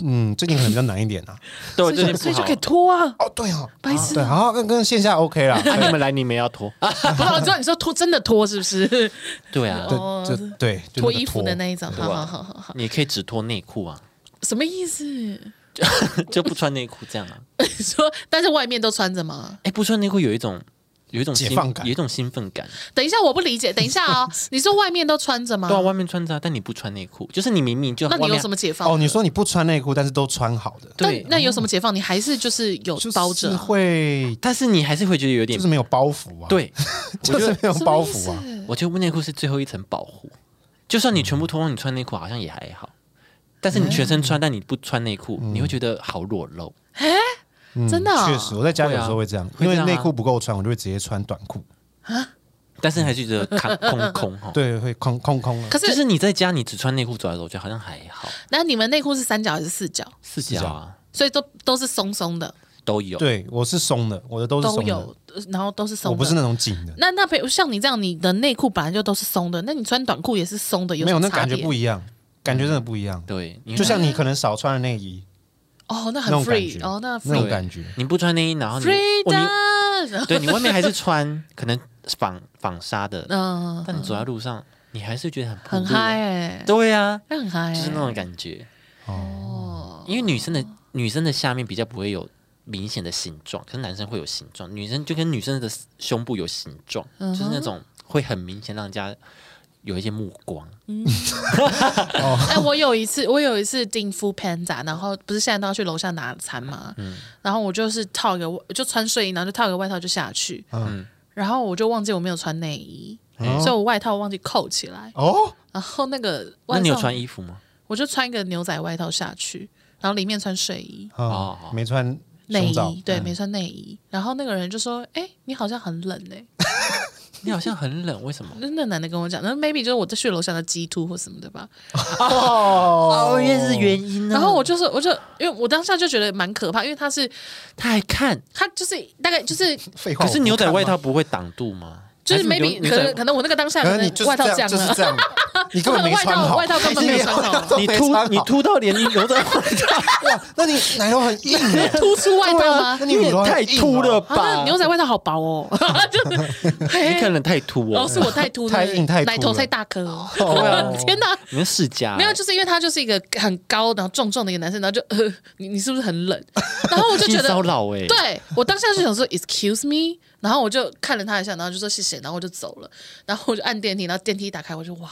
Speaker 3: 嗯，最近可能比较难一点啊。
Speaker 1: 对，我
Speaker 2: 所
Speaker 1: 最
Speaker 2: 以
Speaker 1: 近
Speaker 2: 就所以
Speaker 1: 不
Speaker 2: 就
Speaker 1: 好
Speaker 2: 可以。拖啊，
Speaker 3: 哦，对哦，
Speaker 2: 白痴
Speaker 3: 对，好，跟跟线下 OK 啦。
Speaker 1: 啊，你们来，你们也要脱啊？
Speaker 2: 不是，我知道你说拖，真的拖是不是？
Speaker 1: 对啊，
Speaker 2: 哦
Speaker 3: 对，就对，就
Speaker 2: 脱
Speaker 3: 那个
Speaker 2: 衣服的那一种，
Speaker 1: 对
Speaker 2: 好
Speaker 1: 吧
Speaker 2: 好好好好，
Speaker 1: 你也可以只脱内裤啊，
Speaker 2: 什么意思？
Speaker 1: [LAUGHS] 就不穿内裤这样啊。
Speaker 2: 你说，但是外面都穿着吗？
Speaker 1: 哎，不穿内裤有一种有一种
Speaker 3: 解
Speaker 1: 兴
Speaker 3: 放感
Speaker 1: 有一种兴奋感。
Speaker 2: 等一下，我不理解。等一下
Speaker 3: [LAUGHS]
Speaker 2: 哦，你说外面都穿着吗
Speaker 1: 对？啊，外面穿着啊，但你不穿内裤，就是你明明就
Speaker 2: 那你
Speaker 1: 外面
Speaker 2: 有什么解放？
Speaker 3: 哦，你说你不穿内裤，但是都穿好的，
Speaker 2: 那
Speaker 1: 对
Speaker 2: 那有什么解放？你还是就是有
Speaker 3: 就是
Speaker 2: 包着啊，
Speaker 3: 会，
Speaker 1: 但是你还是会觉得有点
Speaker 3: 就是没有包袱啊，，
Speaker 1: 对，
Speaker 3: 就是没有
Speaker 2: 什么
Speaker 3: 包
Speaker 2: 意思
Speaker 3: 袱啊，
Speaker 1: 我觉得内裤是最后一层保护。就算你全部脱光，你穿内裤好像也还好，但是你全身穿，但你不穿内裤，你会觉得好裸露。
Speaker 3: 嗯
Speaker 2: 真的啊
Speaker 3: 确实，我在家里有时候会这样，
Speaker 1: 会
Speaker 3: 因
Speaker 1: 啊
Speaker 3: 为内裤不够穿，我就会直接穿短裤，
Speaker 1: 但是还是觉得空空空哈。
Speaker 3: 对，会空空空啊，
Speaker 2: 可，
Speaker 1: 就是是你在家，你只穿内裤走来走去，好像还好。
Speaker 2: 那你们内裤是三角还是四角？
Speaker 1: 四角啊
Speaker 2: 所以都都是松松的，
Speaker 1: 都有，
Speaker 3: 对我是松的，我的都是
Speaker 2: 都
Speaker 3: 松的
Speaker 2: 有，，呃然后都是松
Speaker 3: 我
Speaker 2: 的。
Speaker 3: 不是那种紧的，
Speaker 2: 那那比如像你这样，你的内裤本来就都是松的，那你穿短裤也是松的，
Speaker 3: 没有
Speaker 2: 什
Speaker 3: 那
Speaker 2: 么差
Speaker 3: 感
Speaker 2: 别？
Speaker 3: 觉不一样，感觉真的不一样，
Speaker 1: 对，因为
Speaker 3: 就像你可能少穿了内衣
Speaker 2: 哦，那
Speaker 3: 那
Speaker 2: 很
Speaker 3: 种感
Speaker 2: free
Speaker 3: 觉，
Speaker 2: 哦，那
Speaker 3: 那
Speaker 2: free
Speaker 3: 种感觉，
Speaker 1: 你不穿内衣，然后你哦你
Speaker 2: [LAUGHS] freedom，
Speaker 1: 对你外面还是穿可能纺纺纱的，
Speaker 2: 嗯，
Speaker 1: 但你走在路上，你还是觉得很暴
Speaker 2: 很
Speaker 1: 露
Speaker 2: 嗨。哎，
Speaker 1: 哦对呀，
Speaker 2: 那很嗨欸，
Speaker 1: 就是那种感觉。哦，因为女生的女生的下面比较不会有明显的形状，可是男生会有形状，女生就跟女生的胸部有形状，
Speaker 2: 嗯
Speaker 1: 就是那种会很明显让人家有一些目光。
Speaker 2: 哎、
Speaker 1: 哦 [LAUGHS]
Speaker 2: 我有一次，我有一次订 Food Panda，然后不是现在都要去楼下拿餐嘛，
Speaker 1: 嗯
Speaker 2: 然后我就是套一个外，就穿睡衣，然后就套一个外套就下去，
Speaker 3: 嗯
Speaker 2: 然后我就忘记我没有穿内衣，
Speaker 1: 哦
Speaker 2: 所以我外套忘记扣起来，
Speaker 3: 哦，
Speaker 2: 然后那个
Speaker 1: 那
Speaker 2: 外
Speaker 1: 你有
Speaker 2: 套
Speaker 1: 穿衣服吗？
Speaker 2: 我就穿一个牛仔外套下去，然后里面穿睡衣、
Speaker 1: 哦
Speaker 3: 哦，没穿
Speaker 2: 内
Speaker 3: 胸罩嗯
Speaker 2: 衣，，对，没穿内衣，然后那个人就说：“哎、你好像很冷哎、
Speaker 1: [LAUGHS] 你好像很冷，为什
Speaker 2: [LAUGHS]
Speaker 1: 么？
Speaker 2: 那那男的跟我讲，那 maybe 就是我在去楼下的鸡突或什么的吧。
Speaker 1: 哦，原来是原因呢。
Speaker 2: 然后我就是，我就因为我当下就觉得蛮可怕，因为他是
Speaker 1: 他还看，
Speaker 2: 他就是大概就是
Speaker 3: 废话，
Speaker 1: 可是
Speaker 3: 我不
Speaker 1: 牛仔
Speaker 3: 看
Speaker 1: 外
Speaker 3: 嘛
Speaker 1: 套不会挡度吗？
Speaker 2: 就是
Speaker 1: 还是牛
Speaker 2: maybe
Speaker 1: 牛
Speaker 2: 可能
Speaker 1: 仔
Speaker 2: 可能我那个当下
Speaker 3: 可
Speaker 2: 可
Speaker 3: 能你
Speaker 2: 能
Speaker 3: 就是
Speaker 2: 外套
Speaker 3: 这
Speaker 2: 这样
Speaker 3: 样，
Speaker 2: 啊
Speaker 3: 就是
Speaker 2: 了，
Speaker 3: 这样，你根本没
Speaker 2: 外
Speaker 3: 穿
Speaker 2: 套
Speaker 3: 好，
Speaker 2: 外套根本没有穿好，
Speaker 1: 你
Speaker 3: 都没穿
Speaker 1: 秃
Speaker 3: 好
Speaker 1: 你秃到连牛仔外套，
Speaker 3: 哇，那你奶头很硬
Speaker 1: [LAUGHS]
Speaker 3: 欸耶，
Speaker 2: 突出外套吗
Speaker 3: 那？
Speaker 1: 你
Speaker 3: 你
Speaker 1: 也
Speaker 3: 乳头很
Speaker 1: 太
Speaker 3: 硬
Speaker 1: 秃
Speaker 3: 哦
Speaker 1: 了
Speaker 2: 啊，那
Speaker 1: 吧？
Speaker 2: 牛仔外套好薄哦， [LAUGHS]
Speaker 3: [LAUGHS]
Speaker 2: 就
Speaker 1: 你
Speaker 2: 是
Speaker 1: 可
Speaker 2: 嘿
Speaker 1: 能太秃
Speaker 2: 哦，
Speaker 1: 哦。
Speaker 2: 是我太秃，
Speaker 3: 太硬太秃
Speaker 2: 奶头
Speaker 3: 了
Speaker 2: 太大颗哦，
Speaker 3: 哦
Speaker 2: [LAUGHS] 天哪！
Speaker 1: [LAUGHS] 你们世家
Speaker 2: 没有，就是因为他就是一个很高，然后壮壮的一个男生，然后就 [LAUGHS] 呃，你你是不是很冷？然后我就觉
Speaker 3: [LAUGHS]
Speaker 1: 性
Speaker 2: 得
Speaker 1: 骚扰哎，
Speaker 2: 对我当下就想说，excuse me，然后我就看了他一下，然后就说谢谢，然后我就走了，然后我就按电梯，然后电梯一打开，我就哇，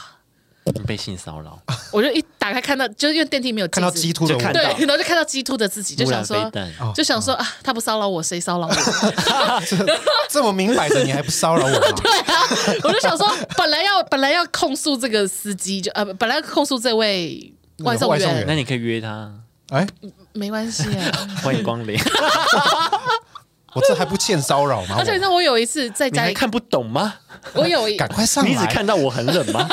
Speaker 1: 你被性骚扰，
Speaker 2: 我就一打开看到，就是因为电梯没有
Speaker 3: 看到
Speaker 2: 机
Speaker 3: 鸡
Speaker 2: 制
Speaker 3: 突的
Speaker 1: 就看
Speaker 3: 我，
Speaker 2: 对
Speaker 1: 到，
Speaker 2: 然后就看到鸡突的自己，就
Speaker 1: 木
Speaker 2: 想
Speaker 1: 兰
Speaker 2: 说
Speaker 1: 飞，弹，
Speaker 2: 就想说啊，他不骚扰我，谁骚扰我？
Speaker 3: 这么明摆着你还不骚扰
Speaker 2: [LAUGHS]
Speaker 3: 我吗？
Speaker 2: 我就想说，本来要本来要控诉这个司机，就呃，本来要控诉这位外送
Speaker 3: 外送
Speaker 2: 员，
Speaker 3: 员
Speaker 1: 那你可以约他，
Speaker 3: 哎，
Speaker 2: 没关系啊。
Speaker 1: 欢迎光临。
Speaker 3: 我这还不欠骚扰吗？
Speaker 2: 而且你知道，我有一次在
Speaker 1: 你
Speaker 2: 家
Speaker 1: 还
Speaker 2: 里，
Speaker 1: 看不懂吗？
Speaker 2: 我有一
Speaker 3: 我赶快上来，
Speaker 1: 你只看到我很冷吗？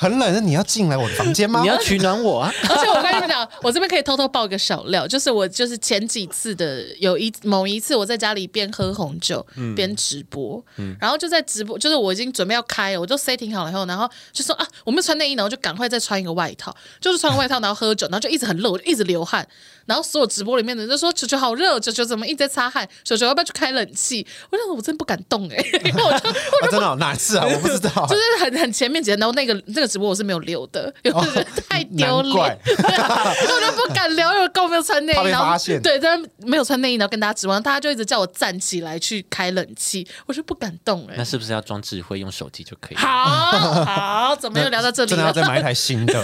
Speaker 3: 很冷，那你要进来我的房间吗
Speaker 1: [LAUGHS] 你？要取暖我啊！
Speaker 2: [LAUGHS] 而且我跟你们讲，我这边可以偷偷爆个小料，就是我就是前几次的有一某一次我在家里边喝红酒边直播，然后就在直播，就是我已经准备要开了，我就 setting 好了以后，然后就说啊，我没有穿内衣，然后就赶快再穿一个外套，就是穿个外套，然后喝酒，然后就一直很热，我就一直流汗，然后所有直播里面的人就说球球好热，球球怎么一直在擦汗，球球要不要去开冷气？我想说我真不敢动哎、欸， [LAUGHS] 因为我就
Speaker 3: 啊，真的哦哪次啊？我不知道
Speaker 2: 就，是很很前面几天，然后那个那个直播我是没有留的，因为我觉得太丢
Speaker 3: 哦难怪
Speaker 2: 脸，我就不敢留，因为我没有穿内
Speaker 3: 怕
Speaker 2: 衣，
Speaker 3: 被
Speaker 2: 然后
Speaker 3: 发现
Speaker 2: 对，但没有穿内衣，然后跟大家直播，大家就一直叫我站起来去开冷气，我是不敢动哎、
Speaker 1: 那是不是要装智慧，用手机就可以？
Speaker 2: 好好，怎么又聊到这里
Speaker 3: 真的要
Speaker 2: 了？
Speaker 3: 再买一台
Speaker 2: [LAUGHS]
Speaker 3: 新的。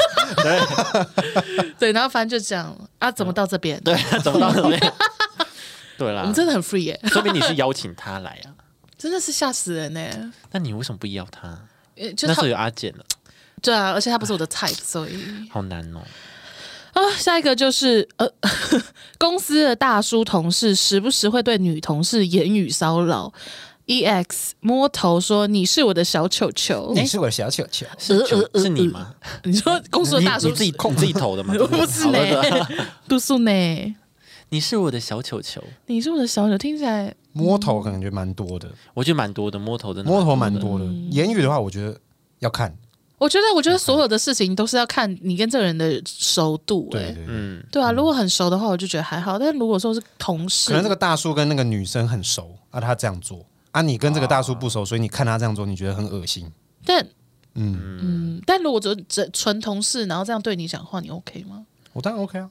Speaker 2: 对，然后反正就这样啊，怎么到这边？
Speaker 1: [LAUGHS] 对，啊怎么到这边？对
Speaker 2: 我
Speaker 1: 啦
Speaker 2: 们，真的很 free 哎、
Speaker 1: [LAUGHS] 说明你是邀请他来啊。
Speaker 2: 真的是吓死人哎、
Speaker 1: 那你为什么不邀他？
Speaker 2: 呃就
Speaker 1: 那时
Speaker 2: 是他
Speaker 1: 候有阿健了，
Speaker 2: 对啊，而且他不是我的 type，所以
Speaker 1: 好难哦。
Speaker 2: 啊，下一个就是呃， [LAUGHS] 公司的大叔同事时不时会对女同事言语骚扰。EX 摸头说：“你是我的小球球。
Speaker 3: 你是我的小球球，
Speaker 1: 是就
Speaker 2: 呃
Speaker 1: 是你吗？
Speaker 2: 你说公司的
Speaker 1: 你
Speaker 2: 大叔
Speaker 1: 你自己你自己投的
Speaker 2: [LAUGHS]
Speaker 1: 吗？
Speaker 2: 我不是
Speaker 1: 好
Speaker 2: 呢
Speaker 1: 了的，
Speaker 2: 不是呢？
Speaker 1: 你是我的小球球，
Speaker 2: 你是我的小球，听起来
Speaker 3: 摸头感觉蛮多的，
Speaker 1: 我觉得蛮多的，摸头的
Speaker 3: 摸头蛮多的。
Speaker 1: 嗯
Speaker 3: 言语的话，我觉得要看，
Speaker 2: 我觉得，我觉得所有的事情都是要看你跟这个人的熟度、欸。
Speaker 3: 对对对。
Speaker 1: 嗯，
Speaker 2: 对啊，如果很熟的话，我就觉得还好。但如果说是同事，
Speaker 3: 可能这个大叔跟那个女生很熟，啊，他这样做，啊，你跟这个大叔不熟，所以你看他这样做，你觉得很恶心。
Speaker 2: 但
Speaker 3: 嗯，
Speaker 2: 嗯，但如果只只纯同事，然后这样对你讲话，你 OK 吗？
Speaker 3: 我当然 OK 啊，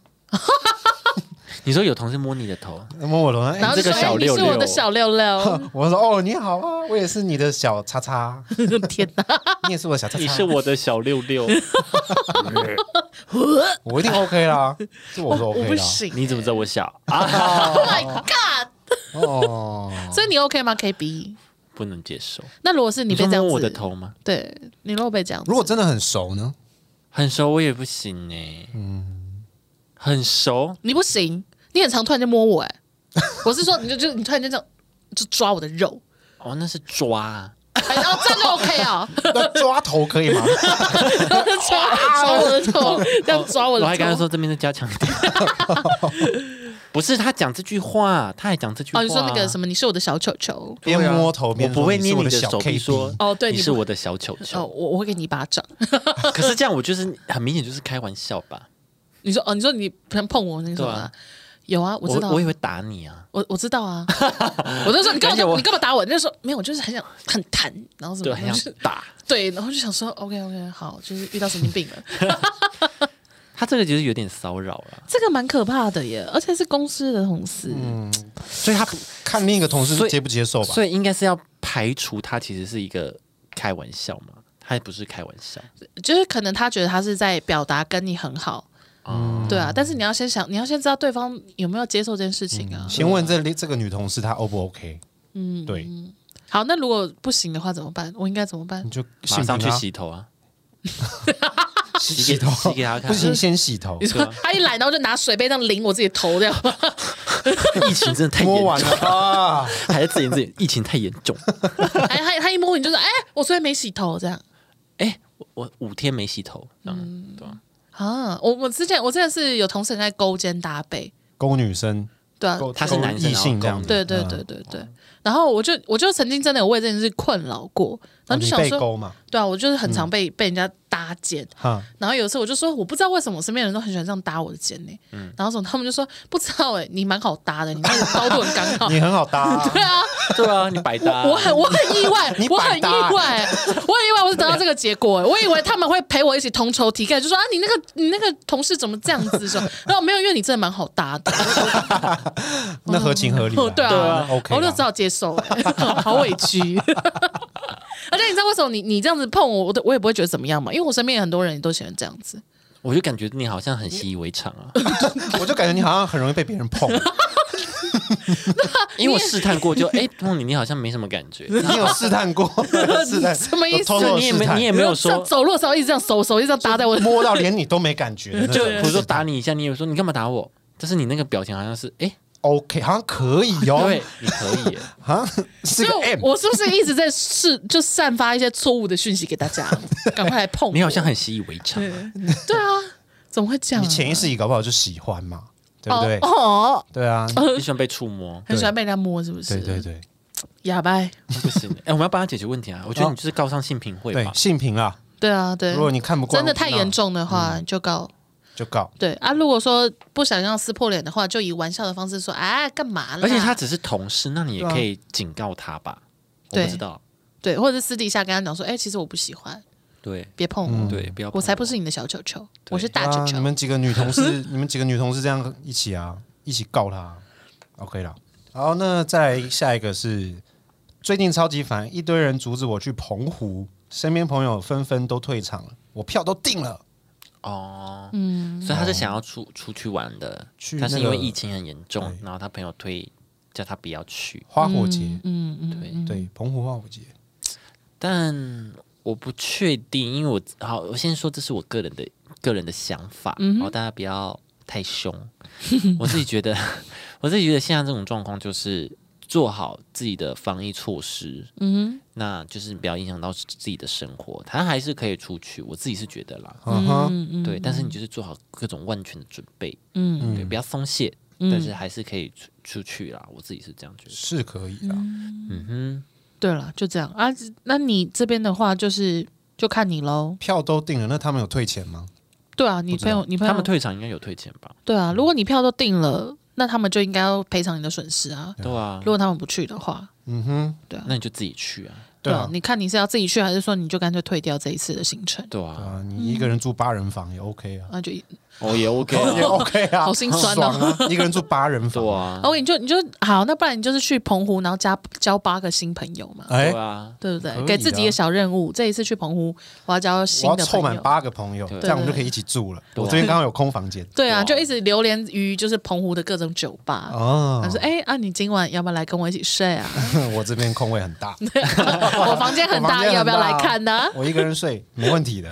Speaker 1: 你说有同事摸你的头，
Speaker 3: 摸我头，哎
Speaker 2: 然后就
Speaker 1: 这
Speaker 2: 说
Speaker 1: 个小
Speaker 2: 哎你是
Speaker 1: 六
Speaker 2: 我的
Speaker 1: 六
Speaker 2: 小六六，
Speaker 3: 我说哦，你好啊，我也是你的小叉叉，
Speaker 2: [LAUGHS] 天哪！
Speaker 3: 你也是我的小叉
Speaker 1: [LAUGHS] [LAUGHS]
Speaker 3: 叉，
Speaker 1: 你是我的小六六，
Speaker 3: 我一定
Speaker 1: [LAUGHS]
Speaker 3: OK 啦，这我说
Speaker 2: 我
Speaker 3: OK
Speaker 2: 不
Speaker 3: 啦。
Speaker 2: 行，
Speaker 1: [LAUGHS] 你怎么知道我小啊？
Speaker 2: ？Oh my god！
Speaker 3: 哦，
Speaker 2: 所以你 OK 吗？KB？
Speaker 1: 不能接受。
Speaker 2: 那如果是你
Speaker 1: 你
Speaker 2: 被
Speaker 1: 说
Speaker 2: 这样
Speaker 1: 摸
Speaker 2: 子，
Speaker 1: 我的头吗？
Speaker 2: 对你如果被这样子，
Speaker 3: 如果真的很熟呢？
Speaker 1: 很熟我也不行哎，嗯，很熟
Speaker 2: 你不行，你很常突然就摸我、哎，我是说，你就就你突然就这样就抓我的肉， [LAUGHS]
Speaker 1: 哦，那是抓啊，
Speaker 2: 哎，然后这样就 OK 啊， [LAUGHS]
Speaker 3: 那抓头可以吗？
Speaker 2: 然后就抓抓我的头，这样抓我
Speaker 1: 我
Speaker 2: 的
Speaker 1: 还跟他
Speaker 2: 头。
Speaker 1: 说这边再加强一
Speaker 2: [LAUGHS]
Speaker 1: 点。不是他讲这句话，他还讲这句话。
Speaker 2: 哦，你说那个什么，你是我的小球球。
Speaker 1: 对啊
Speaker 3: 边摸头
Speaker 1: 我
Speaker 3: 边说
Speaker 1: 不会
Speaker 3: 你是
Speaker 1: 捏
Speaker 3: 我
Speaker 1: 你
Speaker 3: 的小
Speaker 1: 手臂
Speaker 3: KB
Speaker 1: 说
Speaker 2: 哦对
Speaker 1: 你
Speaker 2: 你
Speaker 1: 是
Speaker 2: 不
Speaker 1: 我的小球
Speaker 2: 哦，
Speaker 1: 球。
Speaker 2: 我我会给你一巴掌。 [LAUGHS]
Speaker 1: 可是这样我就是很明显就是开玩笑吧？
Speaker 2: 你说哦，你说你不想碰我，你说
Speaker 1: 对
Speaker 2: 啊
Speaker 1: 啊，
Speaker 2: 有啊，我
Speaker 1: 我
Speaker 2: 知道啊，
Speaker 1: 我也会打你啊。
Speaker 2: 我我知道 [LAUGHS] 啊，我就说你干
Speaker 1: 而且
Speaker 2: 嘛
Speaker 1: 我
Speaker 2: 你干嘛打我？你就说没有，我就是很想很弹，然后什
Speaker 1: 对，
Speaker 2: 么，
Speaker 1: 很
Speaker 2: 然后
Speaker 1: 想
Speaker 2: 就
Speaker 1: 打。
Speaker 2: 对，然后就想说 OK OK 好，就是遇到神经病了，
Speaker 1: 他这个就是有点骚扰了，
Speaker 2: [LAUGHS] 这个蛮可怕的耶，而且是公司的同事，
Speaker 3: 所以他不看另一个同
Speaker 1: 所
Speaker 3: 事
Speaker 1: 以
Speaker 3: 接不接受吧？
Speaker 1: 所以应该是要排除他其实是一个开玩笑嘛，他也不是开玩笑。
Speaker 2: 就是可能他觉得他是在表达跟你很好，对啊，但是你要先想，你要先知道对方有没有接受这件事情啊。
Speaker 3: 先问这这个女同事她 O 不 OK？嗯，对，
Speaker 2: 好，那如果不行的话怎么办？我应该怎么办
Speaker 3: 你？就
Speaker 1: 马上去
Speaker 3: 性
Speaker 1: 洗头啊！ [LAUGHS]
Speaker 3: 平啊洗
Speaker 1: 洗
Speaker 3: 洗
Speaker 1: 给
Speaker 3: 头，
Speaker 1: 洗给她看
Speaker 3: 不行，先洗头
Speaker 2: 你。说他一来，然后就拿水杯这样淋我自己的头，这 [LAUGHS] 样
Speaker 1: 疫情真的太严
Speaker 3: 摸
Speaker 1: 重
Speaker 3: 完了 [LAUGHS] 啊，
Speaker 1: 还在自言自语，疫情太严重。
Speaker 2: 哎，他他一摸你就说，哎，我昨天没洗头，这样。
Speaker 1: 哎、我我五天没洗头，这样、
Speaker 2: 嗯
Speaker 1: 对吧、
Speaker 2: 啊，我我之前我真的是有同事很爱勾肩搭背，
Speaker 3: 勾女生，
Speaker 2: 对啊，
Speaker 3: 勾
Speaker 1: 他是
Speaker 3: 勾
Speaker 1: 男生
Speaker 3: 异性这
Speaker 1: 然
Speaker 3: 样
Speaker 1: 后
Speaker 3: 子，
Speaker 2: 对对
Speaker 3: 嗯
Speaker 2: 对对对。然后我就我就曾经真的有为这件事困扰过，然后
Speaker 3: 嗯，
Speaker 2: 就
Speaker 3: 你
Speaker 2: 想
Speaker 3: 被
Speaker 2: 说，
Speaker 3: 勾嗯嘛，
Speaker 2: 对啊，我就是很常被、被人家搭肩。
Speaker 3: 哈，
Speaker 2: 然后有一次我就说，我不知道为什么我身边的人都很喜欢这样搭我的肩呢、
Speaker 3: 嗯
Speaker 2: 然后总他们就说不知道哎、你蛮好搭的，你那个高度很
Speaker 3: [LAUGHS]
Speaker 2: 刚好。
Speaker 3: 你很好搭啊，
Speaker 2: 对啊，
Speaker 1: [LAUGHS] 对啊，你百搭、
Speaker 2: 我很我很意外
Speaker 3: 你，
Speaker 2: 我很
Speaker 3: 百
Speaker 2: 意
Speaker 3: 搭
Speaker 2: 外，欸我很意外，我是得到这个结果。欸我以为他们会陪我一起同仇敌忾，就说啊，你那个你那个同事怎么这样子说？然后没有，因为你真的蛮好搭的。
Speaker 3: 那合情合理
Speaker 2: [LAUGHS]
Speaker 3: 啊
Speaker 2: 哦，对啊
Speaker 3: 那
Speaker 2: 我
Speaker 3: ，OK，
Speaker 2: 就 [LAUGHS]
Speaker 3: 啦
Speaker 2: 只好接受、欸，好委屈。而且你知道为什么你你这样子碰我，我都我也不会觉得怎么样嘛，因为我身边也很多人也都喜欢这样子。
Speaker 1: 我就感觉你好像很习以为常啊，
Speaker 3: 我就感觉你好像很容易被别人碰，
Speaker 1: [LAUGHS] 因为我试探过就，哎，梦里你好像没什么感觉，
Speaker 3: 你有试探
Speaker 2: [LAUGHS]
Speaker 3: 过？试探
Speaker 2: 什么意思
Speaker 3: 偷
Speaker 1: 就
Speaker 3: 偷地
Speaker 1: 你也
Speaker 3: 试
Speaker 1: 没
Speaker 3: 探
Speaker 1: 你也没有
Speaker 2: 这样
Speaker 1: 说，
Speaker 2: 走路的时候一直这样手手一直这样搭在我，
Speaker 3: 摸到连你都没感觉的那
Speaker 1: [LAUGHS] 就
Speaker 3: 种，
Speaker 1: 比如说打你一下，你也说你干嘛打我，但是你那个表情好像 [LAUGHS] 是，哎，
Speaker 3: OK，好像可以哦，
Speaker 1: [LAUGHS] 对，你可以耶，
Speaker 3: 啊，是
Speaker 2: 所以
Speaker 3: 个
Speaker 2: 我
Speaker 3: M，
Speaker 2: 我是不是一直在是就散发一些错误的讯息给大
Speaker 3: [LAUGHS]
Speaker 2: 家？赶快来碰我！
Speaker 1: 你好像很习以为常啊，
Speaker 2: 对啊，怎么会这样啊、
Speaker 3: 你潜意识里搞不好就喜欢嘛，对不对
Speaker 2: 哦？哦，
Speaker 3: 对啊，
Speaker 1: [LAUGHS] 你喜欢被触 [LAUGHS] 摸，
Speaker 2: 很喜欢被人家摸，是不是？
Speaker 3: 对对对
Speaker 2: 哑巴。
Speaker 1: 不行，哎，我们要帮他解决问题啊，我觉得你就是高尚性品会
Speaker 3: 对
Speaker 1: 吧，，
Speaker 3: 性平啊，
Speaker 2: 对啊，对。
Speaker 3: 如果你看不惯，
Speaker 2: 真的太严
Speaker 3: 那嗯
Speaker 2: 重的话，就告。
Speaker 3: 就告。
Speaker 2: 对啊，如果说不想要撕破脸的话，就以玩笑的方式说：“哎，干嘛啦？”
Speaker 1: 而且他只是同事，那你也
Speaker 3: 对啊
Speaker 1: 可以警告他吧，我
Speaker 2: 对
Speaker 1: 不知道，
Speaker 2: 对，或者是私底下跟他讲说：“哎，其实我不喜欢，
Speaker 1: 对
Speaker 2: 别碰我。
Speaker 1: 嗯对，不要，
Speaker 2: 我才不是你的小球球，
Speaker 1: 对
Speaker 2: 我是大球
Speaker 3: 啊，
Speaker 2: 球。
Speaker 3: 你们几个女
Speaker 2: [LAUGHS]
Speaker 3: 同事，你们几个女同事这样一起啊，一起告他，OK 了。好，那再来下一个是最近超级烦，一堆人阻止我去澎湖，身边朋友纷纷都退场了，我票都订了，
Speaker 1: 哦，嗯，所以他是想要出出去玩的，
Speaker 3: 去
Speaker 1: 但是
Speaker 3: 那
Speaker 1: 因
Speaker 3: 个
Speaker 1: 为
Speaker 3: 哎
Speaker 1: 疫情很严重，然后他朋友推叫他不要去，
Speaker 3: 花火节，
Speaker 2: 嗯嗯，
Speaker 1: 对，
Speaker 3: 对，澎湖花火节，
Speaker 1: 但我不确定，因为我好，我先说这是我个人的个人的想法，
Speaker 2: 嗯
Speaker 1: 然后大家不要太凶。我自己觉得， [LAUGHS] 我自己觉得现在这种状况就是做好自己的防疫措施，嗯那就是不要影响到自己的生活，他还是可以出去，我自己是觉得啦，
Speaker 3: 嗯哼，
Speaker 1: 对，但是你就是做好各种万全的准备，
Speaker 2: 嗯
Speaker 1: 对，不要松懈，但是还是可以出出去啦，我自己是这样觉得，
Speaker 3: 是可以的。
Speaker 1: 嗯哼。
Speaker 2: 对了，就这样啊。那你这边的话，就是就看你喽。
Speaker 3: 票都订了，那他们有退钱吗？
Speaker 2: 对啊，你朋友，你朋
Speaker 1: 他们
Speaker 2: 友，
Speaker 1: 退场应该有退钱吧？
Speaker 2: 对啊，如果你票都订了，那他们就应该要赔偿你的损失啊。
Speaker 1: 对啊
Speaker 2: 如，果他们不去的话，
Speaker 3: 嗯哼，
Speaker 1: 那你就自己去啊。
Speaker 3: 对
Speaker 2: 啊
Speaker 3: 啊，，
Speaker 2: 你看你是要自己去，还是说你就干脆退掉这一次的行程？
Speaker 1: 对
Speaker 3: 对
Speaker 1: 啊，
Speaker 3: 啊，你一个人住八人房也 OK 啊，
Speaker 2: 那就
Speaker 1: 哦
Speaker 2: [LAUGHS]
Speaker 1: 也 OK
Speaker 3: 也
Speaker 1: 啊，
Speaker 3: OK 啊，
Speaker 2: 嗯好心酸哦
Speaker 3: 爽啊，一个人住八人房
Speaker 1: 对，啊，
Speaker 2: 哦 OK，你就你就好，那不然你就是去澎湖，然后加交八个新朋友嘛，
Speaker 3: 哎
Speaker 1: 对，啊，
Speaker 2: 对不对？
Speaker 3: 可以啊
Speaker 2: 给自己一个小任务，这一次去澎湖，我要交
Speaker 3: 我
Speaker 2: 新
Speaker 3: 要
Speaker 2: 的
Speaker 3: 凑
Speaker 2: 朋
Speaker 3: 满
Speaker 2: 友。
Speaker 3: 八个朋友，
Speaker 1: 对
Speaker 3: 这样我们就可以一起住了。
Speaker 1: 对啊
Speaker 3: 我这边刚好有空房间
Speaker 2: 对啊，
Speaker 1: 哇
Speaker 2: 就一直流连于就是澎湖的各种酒吧。
Speaker 3: 哦
Speaker 2: 他，说：“哎、啊，你今晚要不要来跟我一起睡
Speaker 3: [LAUGHS]
Speaker 2: 啊？ [LAUGHS]
Speaker 3: 我这边空位很大，
Speaker 2: 我房间很
Speaker 3: 我房
Speaker 2: 大，
Speaker 3: 间很大
Speaker 2: 要不要来看呢、
Speaker 3: [LAUGHS] 我一个人睡没问题的。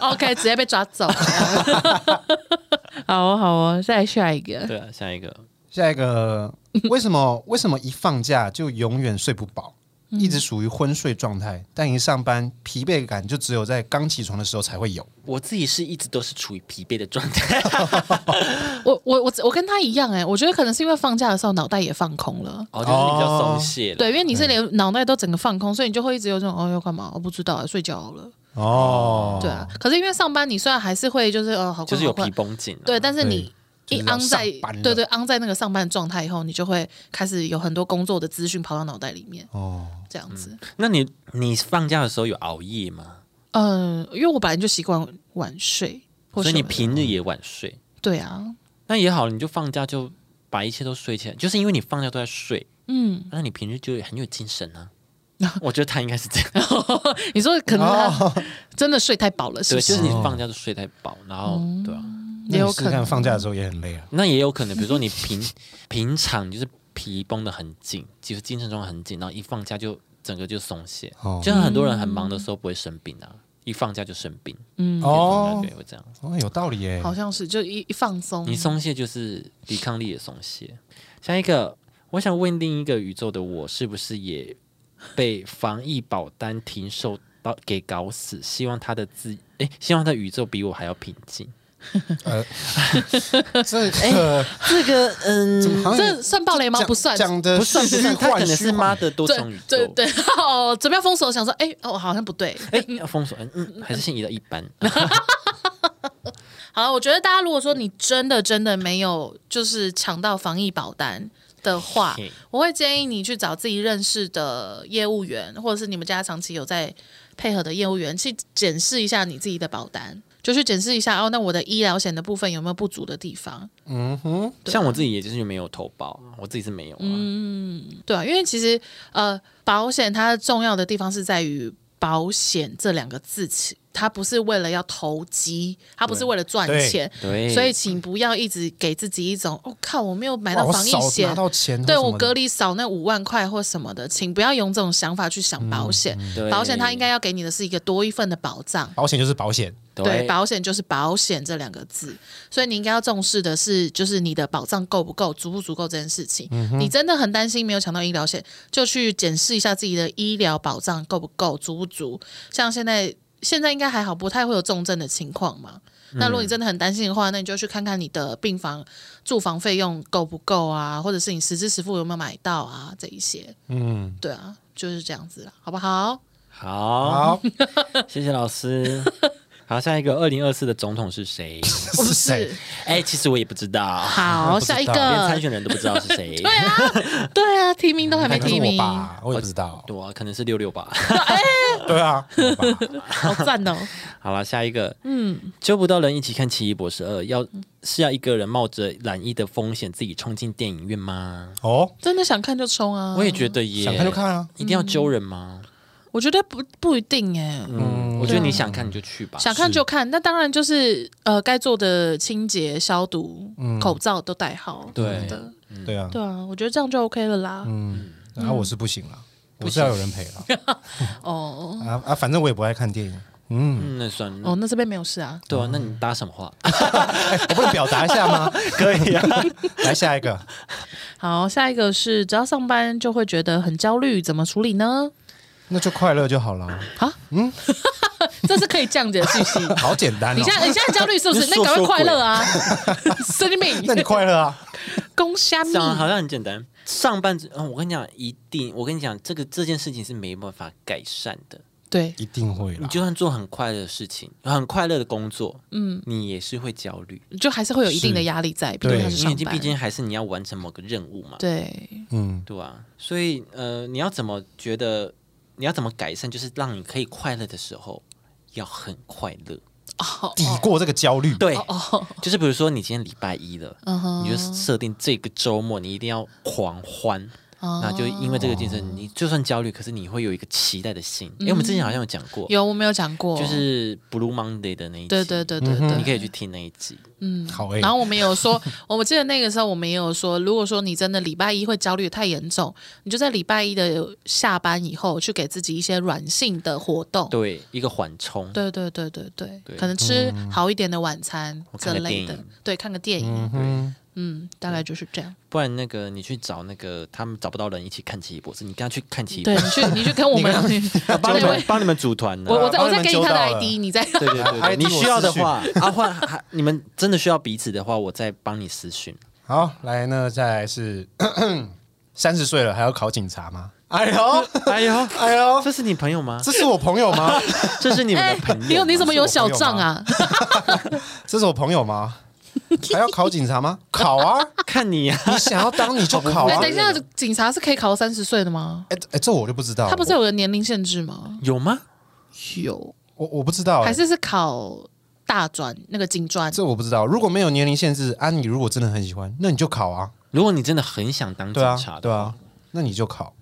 Speaker 2: o k 直接被抓
Speaker 3: [LAUGHS]
Speaker 2: 走。 [LAUGHS] 好哦，好哦，再来下一个。
Speaker 1: 对啊，下一个
Speaker 3: 下一个，为什么为什么一放假就永远睡不饱，一直属于昏睡状态？但一上班，疲惫感就只有在刚起床的时候才会有。
Speaker 1: 我自己是一直都是处于疲惫的状
Speaker 2: [LAUGHS]
Speaker 1: 态，
Speaker 2: 我我我我跟他一样哎、我觉得可能是因为放假的时候脑袋也放空了。
Speaker 1: 哦，就是你比较松懈了，
Speaker 2: 对，因为你是连脑袋都整个放空，所以你就会一直有这种哦要干嘛？我不知道啊，睡觉好了。
Speaker 3: 哦，
Speaker 2: 对啊，可是因为上班，你虽然还是会就是呃，好困
Speaker 1: 就是有
Speaker 2: 好困
Speaker 1: 皮绷紧啊，
Speaker 2: 对，但是你
Speaker 3: 对
Speaker 2: 一
Speaker 3: 就是要
Speaker 2: on 在
Speaker 3: 上班了
Speaker 2: 对对 on 在那个上班状态以后，你就会开始有很多工作的资讯跑到脑袋里面，
Speaker 3: 哦，
Speaker 1: 嗯
Speaker 2: 这样子。
Speaker 1: 那你你放假的时候有熬夜吗？
Speaker 2: 嗯、因为我本来就习惯晚睡，或
Speaker 1: 所以
Speaker 2: 什
Speaker 1: 你
Speaker 2: 么的
Speaker 1: 平日也晚睡，
Speaker 2: 对啊，
Speaker 1: 那也好，你就放假就把一切都睡起来，就是因为你放假都在睡，
Speaker 2: 嗯，
Speaker 1: 那你平日就很有精神啊。我觉得他应该是这样，
Speaker 2: 你说可能他真的睡太饱了，是
Speaker 1: 哦对，
Speaker 2: 不
Speaker 1: 就是是？你放假就睡太饱，然后对啊，
Speaker 2: 也有
Speaker 3: 那你试
Speaker 2: 可
Speaker 3: 试看
Speaker 2: 能。
Speaker 3: 放假的时候也很累啊。
Speaker 1: 那也有可能，比如说你平 [LAUGHS] 平常就是皮绷得很紧，就是精神状态很紧，然后一放假就整个就松懈。
Speaker 3: 哦
Speaker 1: 就像很多人很忙的时候不会生病啊，一放假就生病，
Speaker 3: 哦
Speaker 1: 哦，对，会这样。
Speaker 3: 哦，有道理耶。
Speaker 2: 好像是，就一一放松，
Speaker 1: 你松懈就是抵抗力也松懈。下一个，我想问另一个宇宙的我，是不是也被防疫保单停售到给搞死？希望他的自诶，希望他的宇宙比我还要平静。
Speaker 3: 呃，这个
Speaker 1: 这个嗯，
Speaker 3: 怎么好像
Speaker 2: 哎这算暴雷吗？
Speaker 3: 讲
Speaker 2: 不算，
Speaker 3: 讲的
Speaker 1: 不算不算，他可能是妈
Speaker 3: 吗？
Speaker 1: 的多
Speaker 2: 对
Speaker 1: 重宇宙
Speaker 2: 对。对， [LAUGHS] 哦，准备要封锁，想说，哎，哦，好像不对，
Speaker 1: 哎，要封锁，嗯嗯，还是先移到一
Speaker 2: [LAUGHS]
Speaker 1: 般。
Speaker 2: 好了，我觉得大家如果说你真的真的没有就是抢到防疫保单的话
Speaker 1: 嘿，
Speaker 2: 我会建议你去找自己认识的业务员，或者是你们家长期有在配合的业务员去检视一下你自己的保单。就去检视一下哦，那我的医疗险的部分有没有不足的地方？
Speaker 3: 嗯哼，
Speaker 1: 像我自己也就是没有投保，我自己是没有啊。
Speaker 2: 对啊，因为其实呃，保险它重要的地方是在于“保险”这两个字起，它不是为了要投机，它不是为了赚钱，
Speaker 3: 哎
Speaker 1: 对，
Speaker 2: 所以请不要一直给自己一种“哦靠，我没有买
Speaker 3: 哇
Speaker 2: 到
Speaker 3: 我
Speaker 2: 防疫
Speaker 3: 少
Speaker 2: 险
Speaker 3: 拿”，到钱，
Speaker 2: 对我隔离少那五万块或什么的，请不要用这种想法去想保险。
Speaker 3: 嗯
Speaker 1: 对
Speaker 2: 保险它应该要给你的是一个多一份的保障。
Speaker 3: 保险就是保险，
Speaker 2: 对，保险就是保险这两个字，所以你应该要重视的是，就是你的保障够不够、足不足够这件事情。
Speaker 3: 嗯
Speaker 2: 你真的很担心没有抢到医疗险，就去检视一下自己的医疗保障够不够、足不足。像现在，现在应该还好，不太会有重症的情况嘛。那如果你
Speaker 3: 嗯
Speaker 2: 真的很担心的话，那你就去看看你的病房住房费用够不够啊，或者是你实支实付有没有买到啊，这一些。
Speaker 3: 嗯，
Speaker 2: 对啊，就是这样子啦，好不好？
Speaker 1: 好，
Speaker 3: 好，
Speaker 1: 谢谢老师。 [LAUGHS] 好，下一个二零二四的总统是谁？
Speaker 2: 我
Speaker 3: 是
Speaker 2: 们
Speaker 3: 谁
Speaker 2: 是
Speaker 1: 哎、其实我也不知道，
Speaker 2: 好，
Speaker 3: [LAUGHS] 不知道
Speaker 2: 下一
Speaker 1: 连
Speaker 2: 个
Speaker 1: 参。选人都不知道是谁。
Speaker 2: [LAUGHS] 对啊，对啊，提名都还没
Speaker 3: 可能
Speaker 2: 提
Speaker 3: 是我
Speaker 2: 名，好
Speaker 3: 吧，我也不知道，
Speaker 1: 对啊，可能是六六
Speaker 2: [LAUGHS]
Speaker 1: 吧。
Speaker 3: 对啊，我吧
Speaker 2: 赞哦！
Speaker 1: 好了，下一个，嗯，揪不到人一起看《奇异博士二》，要是要一个人冒着染疫的风险自己冲进电影院吗？
Speaker 3: 哦，
Speaker 2: 真的想看就冲啊！
Speaker 1: 我也觉得耶，
Speaker 3: 想看就看啊，
Speaker 1: 一定要揪人吗？
Speaker 2: 我觉得不不一定哎、
Speaker 1: 嗯，我觉得你想看你就去吧。
Speaker 2: 想看就看。那当然就是呃，该做的清洁、消毒、口罩都戴好。
Speaker 1: 嗯对嗯
Speaker 2: 什么的
Speaker 3: 对啊，
Speaker 2: 对啊，我觉得这样就 OK 了啦。嗯
Speaker 3: 然后我是不行了，我是要有人陪了， [LAUGHS]
Speaker 2: 哦
Speaker 3: 啊啊，反正我也不爱看电影，嗯，
Speaker 1: 嗯，那算了。
Speaker 2: 哦，嗯那这边没有事啊。
Speaker 1: 对啊，那你搭什么话？
Speaker 3: 哎我不能表达一下
Speaker 2: [LAUGHS]
Speaker 3: 吗？可以啊，来下一个，
Speaker 2: 好，下一个是只要上班就会觉得很焦虑，怎么处理呢？ [LAUGHS]
Speaker 3: 那就快乐就好了，
Speaker 2: 啊，嗯，这哎是可以降解的信息。
Speaker 1: [LAUGHS]
Speaker 3: 好简单
Speaker 2: 你
Speaker 3: 哦
Speaker 2: 现，在你现在焦虑是不是？
Speaker 1: 你
Speaker 2: 那
Speaker 1: 是
Speaker 2: 你赶快
Speaker 1: 说说
Speaker 2: 快
Speaker 1: 鬼 [LAUGHS]
Speaker 2: 乐啊！神经病，
Speaker 3: 那你快乐啊，
Speaker 2: 攻虾米？
Speaker 1: 讲好像很简单，上半嗯，我跟你讲，一定，我跟你讲，这个这件事情是没办法改善的。
Speaker 2: 对，
Speaker 3: 一定会
Speaker 1: 你
Speaker 3: 啦，
Speaker 1: 就算做很快乐的事情，很快乐的工作，嗯，你也是会焦虑，
Speaker 2: 就还是会有一定的压力在，毕竟
Speaker 3: 对
Speaker 2: 他是
Speaker 1: 因为
Speaker 2: 上
Speaker 1: 毕
Speaker 2: 班。
Speaker 1: 竟还是你要完成某个任务嘛，
Speaker 2: 对，
Speaker 3: 嗯，
Speaker 1: 对啊，所以呃，你要怎么觉得，你要怎么改善，就是让你可以快乐的时候要很快乐，
Speaker 2: 哦
Speaker 3: 抵过这个焦虑，
Speaker 1: 对， [LAUGHS] 就是比如说你今天礼拜一了，
Speaker 2: 嗯哼
Speaker 1: 你就设定这个周末你一定要狂欢。
Speaker 2: 哦
Speaker 1: 那就因为这个精神，你就算焦虑，可是你会有一个期待的心。因为我们之前好像有讲过，
Speaker 2: 有我没有讲过，
Speaker 1: 就是 Blue Monday 的那一集，
Speaker 2: 嗯对对，对对
Speaker 1: 你可
Speaker 2: 对。
Speaker 1: 以去听那一集。
Speaker 3: 好哎
Speaker 2: 然，后我们也有说， [LAUGHS] 我记得那个时候我们也有说，如果说你真的礼拜一会焦虑得太严重，你就在礼拜一的下班以后去给自己一些软性的活动。
Speaker 1: 对，一个缓冲。
Speaker 2: 对对对对对
Speaker 1: 对
Speaker 2: 可能吃好一点的晚餐
Speaker 1: 我
Speaker 2: 之
Speaker 1: 看个
Speaker 2: 类
Speaker 1: 电
Speaker 2: 的
Speaker 1: 影，
Speaker 2: 对，看个电影，
Speaker 3: 嗯，
Speaker 2: 嗯，大概就是这样。
Speaker 1: 不然那个你去找那个他们找不到人一起看奇异博士，你跟他去看奇异博
Speaker 2: 对
Speaker 1: 士，
Speaker 2: 你去你去跟我们，
Speaker 1: 帮嗯你
Speaker 2: 对
Speaker 1: 们帮你们组团呢
Speaker 2: 我。我再
Speaker 3: 帮
Speaker 2: 我
Speaker 3: 你们
Speaker 2: 再给你
Speaker 3: 揪
Speaker 2: 他的
Speaker 3: 到了
Speaker 2: ID，你再
Speaker 1: 对对对对，
Speaker 3: ID
Speaker 1: 你需要的话，阿焕，还你们真的需要彼此的话，我再帮你私讯。
Speaker 3: 好，来呢，再来
Speaker 2: [COUGHS]
Speaker 3: 是 [COUGHS] 三十岁了还要考警察吗？哎呦，
Speaker 1: 哎呦，
Speaker 3: 哎呦，
Speaker 1: 这是你朋友吗？
Speaker 3: [LAUGHS] 这是我朋友吗？
Speaker 1: 这是你
Speaker 2: [LAUGHS]
Speaker 1: 们的朋
Speaker 2: 哎你
Speaker 1: 友
Speaker 2: 有
Speaker 1: 吗？
Speaker 2: 哎你怎么有小
Speaker 3: 是我朋友
Speaker 2: 账啊？
Speaker 3: 这是我朋
Speaker 2: [LAUGHS]
Speaker 3: 友吗？还要考警察吗？考啊！
Speaker 1: 看你啊？
Speaker 3: 你想要当你就考
Speaker 2: [LAUGHS] 哎、
Speaker 3: 啊！
Speaker 2: 等一
Speaker 3: 哎
Speaker 2: 下，警察是可以考到三十岁的吗？
Speaker 3: 哎，这我就不知道了。
Speaker 2: 他不是有个年龄限制吗？
Speaker 1: 有吗？
Speaker 2: 有，
Speaker 3: 我我不知道，哎哎
Speaker 2: 还是是考大专那个警专？
Speaker 3: 这我不知道。如果没有年龄限制，啊，你如果真的很喜欢，那你就考啊！
Speaker 1: 如果你真的很想当警
Speaker 3: 对啊
Speaker 1: 察，
Speaker 3: 对
Speaker 1: 的
Speaker 3: 啊
Speaker 1: 话，，
Speaker 3: 那你就考。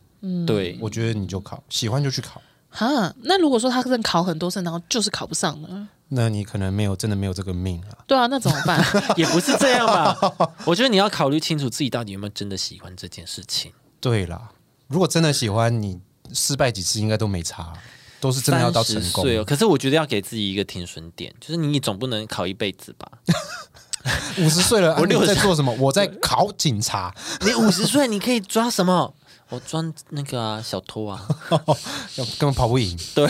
Speaker 1: 对，
Speaker 3: 我觉得你就考，喜欢就去考。
Speaker 2: 哈，那如果说他真的考很多次，然后就是考不上呢？
Speaker 3: 那你可能没有真的没有这个命啊。
Speaker 2: 对啊，那怎么办？
Speaker 1: 也不是这样
Speaker 3: [LAUGHS]
Speaker 1: 吧？我觉得你要考虑清楚自己到底有没有真的喜欢这件事情。
Speaker 3: 对啦，如果真的喜欢，你失败几次应该都没差，啊都是真的要到成
Speaker 1: 30
Speaker 3: 功。
Speaker 1: 岁哦，可是我觉得要给自己一个停损点，就是你总不能考一辈子吧？
Speaker 3: 五十岁了，
Speaker 1: 我
Speaker 3: 啊你
Speaker 1: 60
Speaker 3: 在做什么？我在考警察，
Speaker 1: 你五十岁你可以抓什么？我抓那个啊，小偷啊，
Speaker 3: 要根本跑不赢。
Speaker 2: 对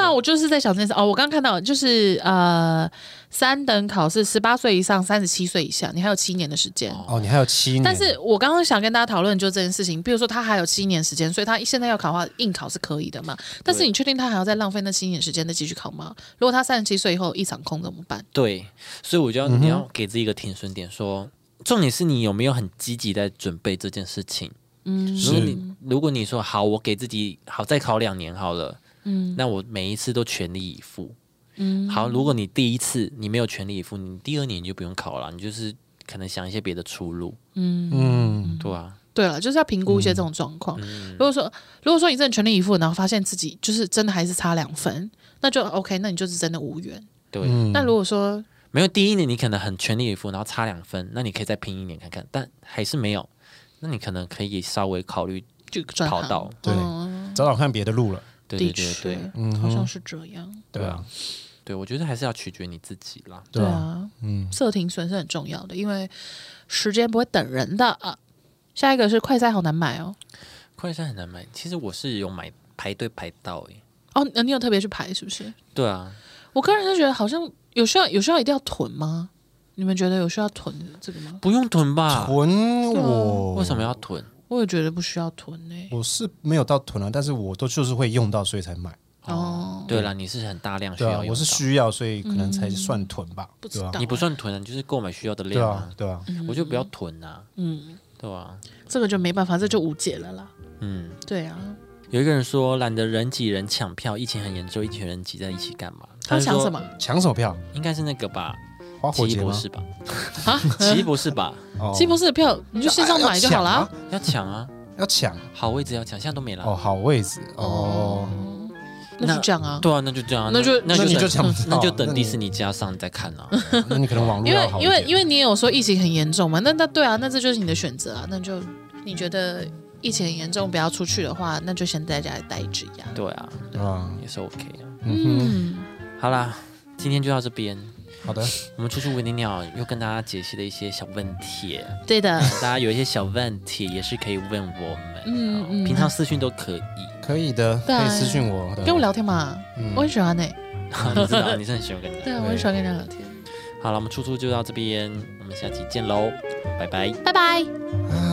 Speaker 2: 啊，我就是在想这件事。哦，我刚看到就是呃，三等考试十八岁以上，三十七岁以下，你还有七年的时间。
Speaker 3: 哦，你还有七年，
Speaker 2: 但是我刚刚想跟大家讨论就这件事情，比如说他还有七年时间，所以他现在要考的话，硬考是可以的嘛？但是你确定他还要再浪费那七年时间再继续考吗？如果他三十七岁以后一场空怎么办？
Speaker 1: 对，所以我觉得你要给自己一个停损点说。重点是你有没有很积极在准备这件事情？如果
Speaker 3: 是
Speaker 1: 你如果你说好，我给自己好再考两年好了，嗯，那我每一次都全力以赴，嗯，好，如果你第一次你没有全力以赴，你第二年你就不用考了，你就是可能想一些别的出路，
Speaker 3: 嗯，
Speaker 1: 对啊，
Speaker 2: 对了，就是要评估一些
Speaker 1: 嗯
Speaker 2: 这种状况。如果说如果说你真的全力以赴，然后发现自己就是真的还是差两分，那就 OK，那你就是真的无缘。
Speaker 1: 对，
Speaker 2: 那如果说
Speaker 1: 没有第一年你可能很全力以赴，然后差两分，那你可以再拼一年看看，但还是没有，那你可能可以稍微考虑，
Speaker 2: 就转
Speaker 1: 跑
Speaker 2: 行
Speaker 1: 道
Speaker 3: 对
Speaker 2: 嗯
Speaker 3: 找找看别的路了。
Speaker 1: 对
Speaker 2: 的
Speaker 1: 对对
Speaker 2: 确
Speaker 1: 对，
Speaker 3: 嗯
Speaker 2: 好像是这样。
Speaker 3: 对啊，
Speaker 1: 对，我觉得还是要取决你自己啦。
Speaker 3: 对啊
Speaker 2: 啊，
Speaker 3: 嗯，
Speaker 2: 设停损是很重要的，因为时间不会等人的啊。下一个是快餐，好难买哦。
Speaker 1: 快餐很难买，其实我是有买排队排到诶、
Speaker 2: 哦，那你有特别去排是不是？
Speaker 1: 对啊，
Speaker 2: 我个人是觉得好像有需要，有需要一定要囤吗？你们觉得有需要囤这个吗？
Speaker 1: 不用囤
Speaker 3: [LAUGHS]
Speaker 2: 啊
Speaker 1: 吧？
Speaker 3: 囤我
Speaker 1: 为什么要囤？
Speaker 2: 我也觉得不需要囤呢、欸
Speaker 3: 我是没有到囤啊，但是我都就是会用到，所以才买。
Speaker 2: 哦，
Speaker 1: 对啦，你是很大量需
Speaker 3: 对
Speaker 1: 要
Speaker 3: 啊
Speaker 1: 用，到，
Speaker 3: 我是需要，所以可能才算囤吧。
Speaker 2: 不知
Speaker 3: 对
Speaker 2: 道
Speaker 3: 啊，
Speaker 2: 欸、
Speaker 1: 你不算囤啊，你就是购买需要的
Speaker 3: 对
Speaker 1: 量
Speaker 3: 啊，对啊，
Speaker 1: 我就不要囤啊，
Speaker 2: 嗯，
Speaker 1: 对啊，
Speaker 2: 这个就没办法，这就无解了啦。
Speaker 1: 嗯，
Speaker 2: 对啊，
Speaker 1: 有一个人说懒得人挤人抢票，疫情很严重，一群人挤在一起干嘛？
Speaker 2: 他
Speaker 1: 是
Speaker 2: 想
Speaker 1: 说
Speaker 2: 什么？
Speaker 3: 抢手票，
Speaker 1: 应该是那个吧，
Speaker 3: 花
Speaker 1: 奇
Speaker 3: 哦火
Speaker 1: 异
Speaker 3: 节
Speaker 1: 博
Speaker 3: 吗？
Speaker 1: 士
Speaker 3: [LAUGHS]
Speaker 1: 吧？
Speaker 2: 啊，
Speaker 1: 奇异博士吧，
Speaker 3: 哦
Speaker 2: 西博士的票你就线上买就好
Speaker 3: 要
Speaker 2: 啦
Speaker 3: 抢。
Speaker 1: [LAUGHS] 要抢啊，
Speaker 3: 要抢
Speaker 1: 好位置要抢，现在都没了。啊
Speaker 3: 哦，好位置哦，
Speaker 2: 那就这样啊。
Speaker 1: 对啊，那就这样啊，
Speaker 2: [LAUGHS] 那就
Speaker 1: 那
Speaker 3: 那你就
Speaker 1: 等
Speaker 3: 抢不到，
Speaker 1: 那就等迪士
Speaker 3: 尼，
Speaker 1: 尼加上再看
Speaker 3: [LAUGHS]
Speaker 1: 啊。
Speaker 3: 那你可能网络
Speaker 2: 因
Speaker 3: 要
Speaker 2: 为
Speaker 3: 好一
Speaker 2: 因
Speaker 3: 点
Speaker 2: 为因为你也有说疫情很严重嘛，那那对啊，那这就是你的选择啊，那就你觉得疫情很严重，不要出去的话，那就先在家里待着呀。
Speaker 1: 对啊，
Speaker 3: 对吧？
Speaker 1: 也是 OK 啊。
Speaker 3: 嗯
Speaker 1: 好啦，今天就到这边，
Speaker 3: 哼，好的，
Speaker 1: 我们出去喂鸟鸟又跟大家解析了一些小问题，
Speaker 2: 对的，
Speaker 1: 大家有一些小问题也是可以问我们，
Speaker 2: 嗯
Speaker 1: 嗯
Speaker 2: 嗯
Speaker 1: 平常私讯都可以。
Speaker 2: [LAUGHS]
Speaker 3: 可以的，
Speaker 2: 对
Speaker 3: 可
Speaker 2: 啊
Speaker 3: 以私信我的，
Speaker 2: 跟我聊天嘛，我很喜欢呢、欸
Speaker 1: 啊你知道，你是很喜欢跟人家
Speaker 2: 对啊，我很喜欢跟人家聊天。
Speaker 1: 好了，我们出出就到这边，我们下期见喽，拜拜。
Speaker 2: 拜拜。
Speaker 3: 啊。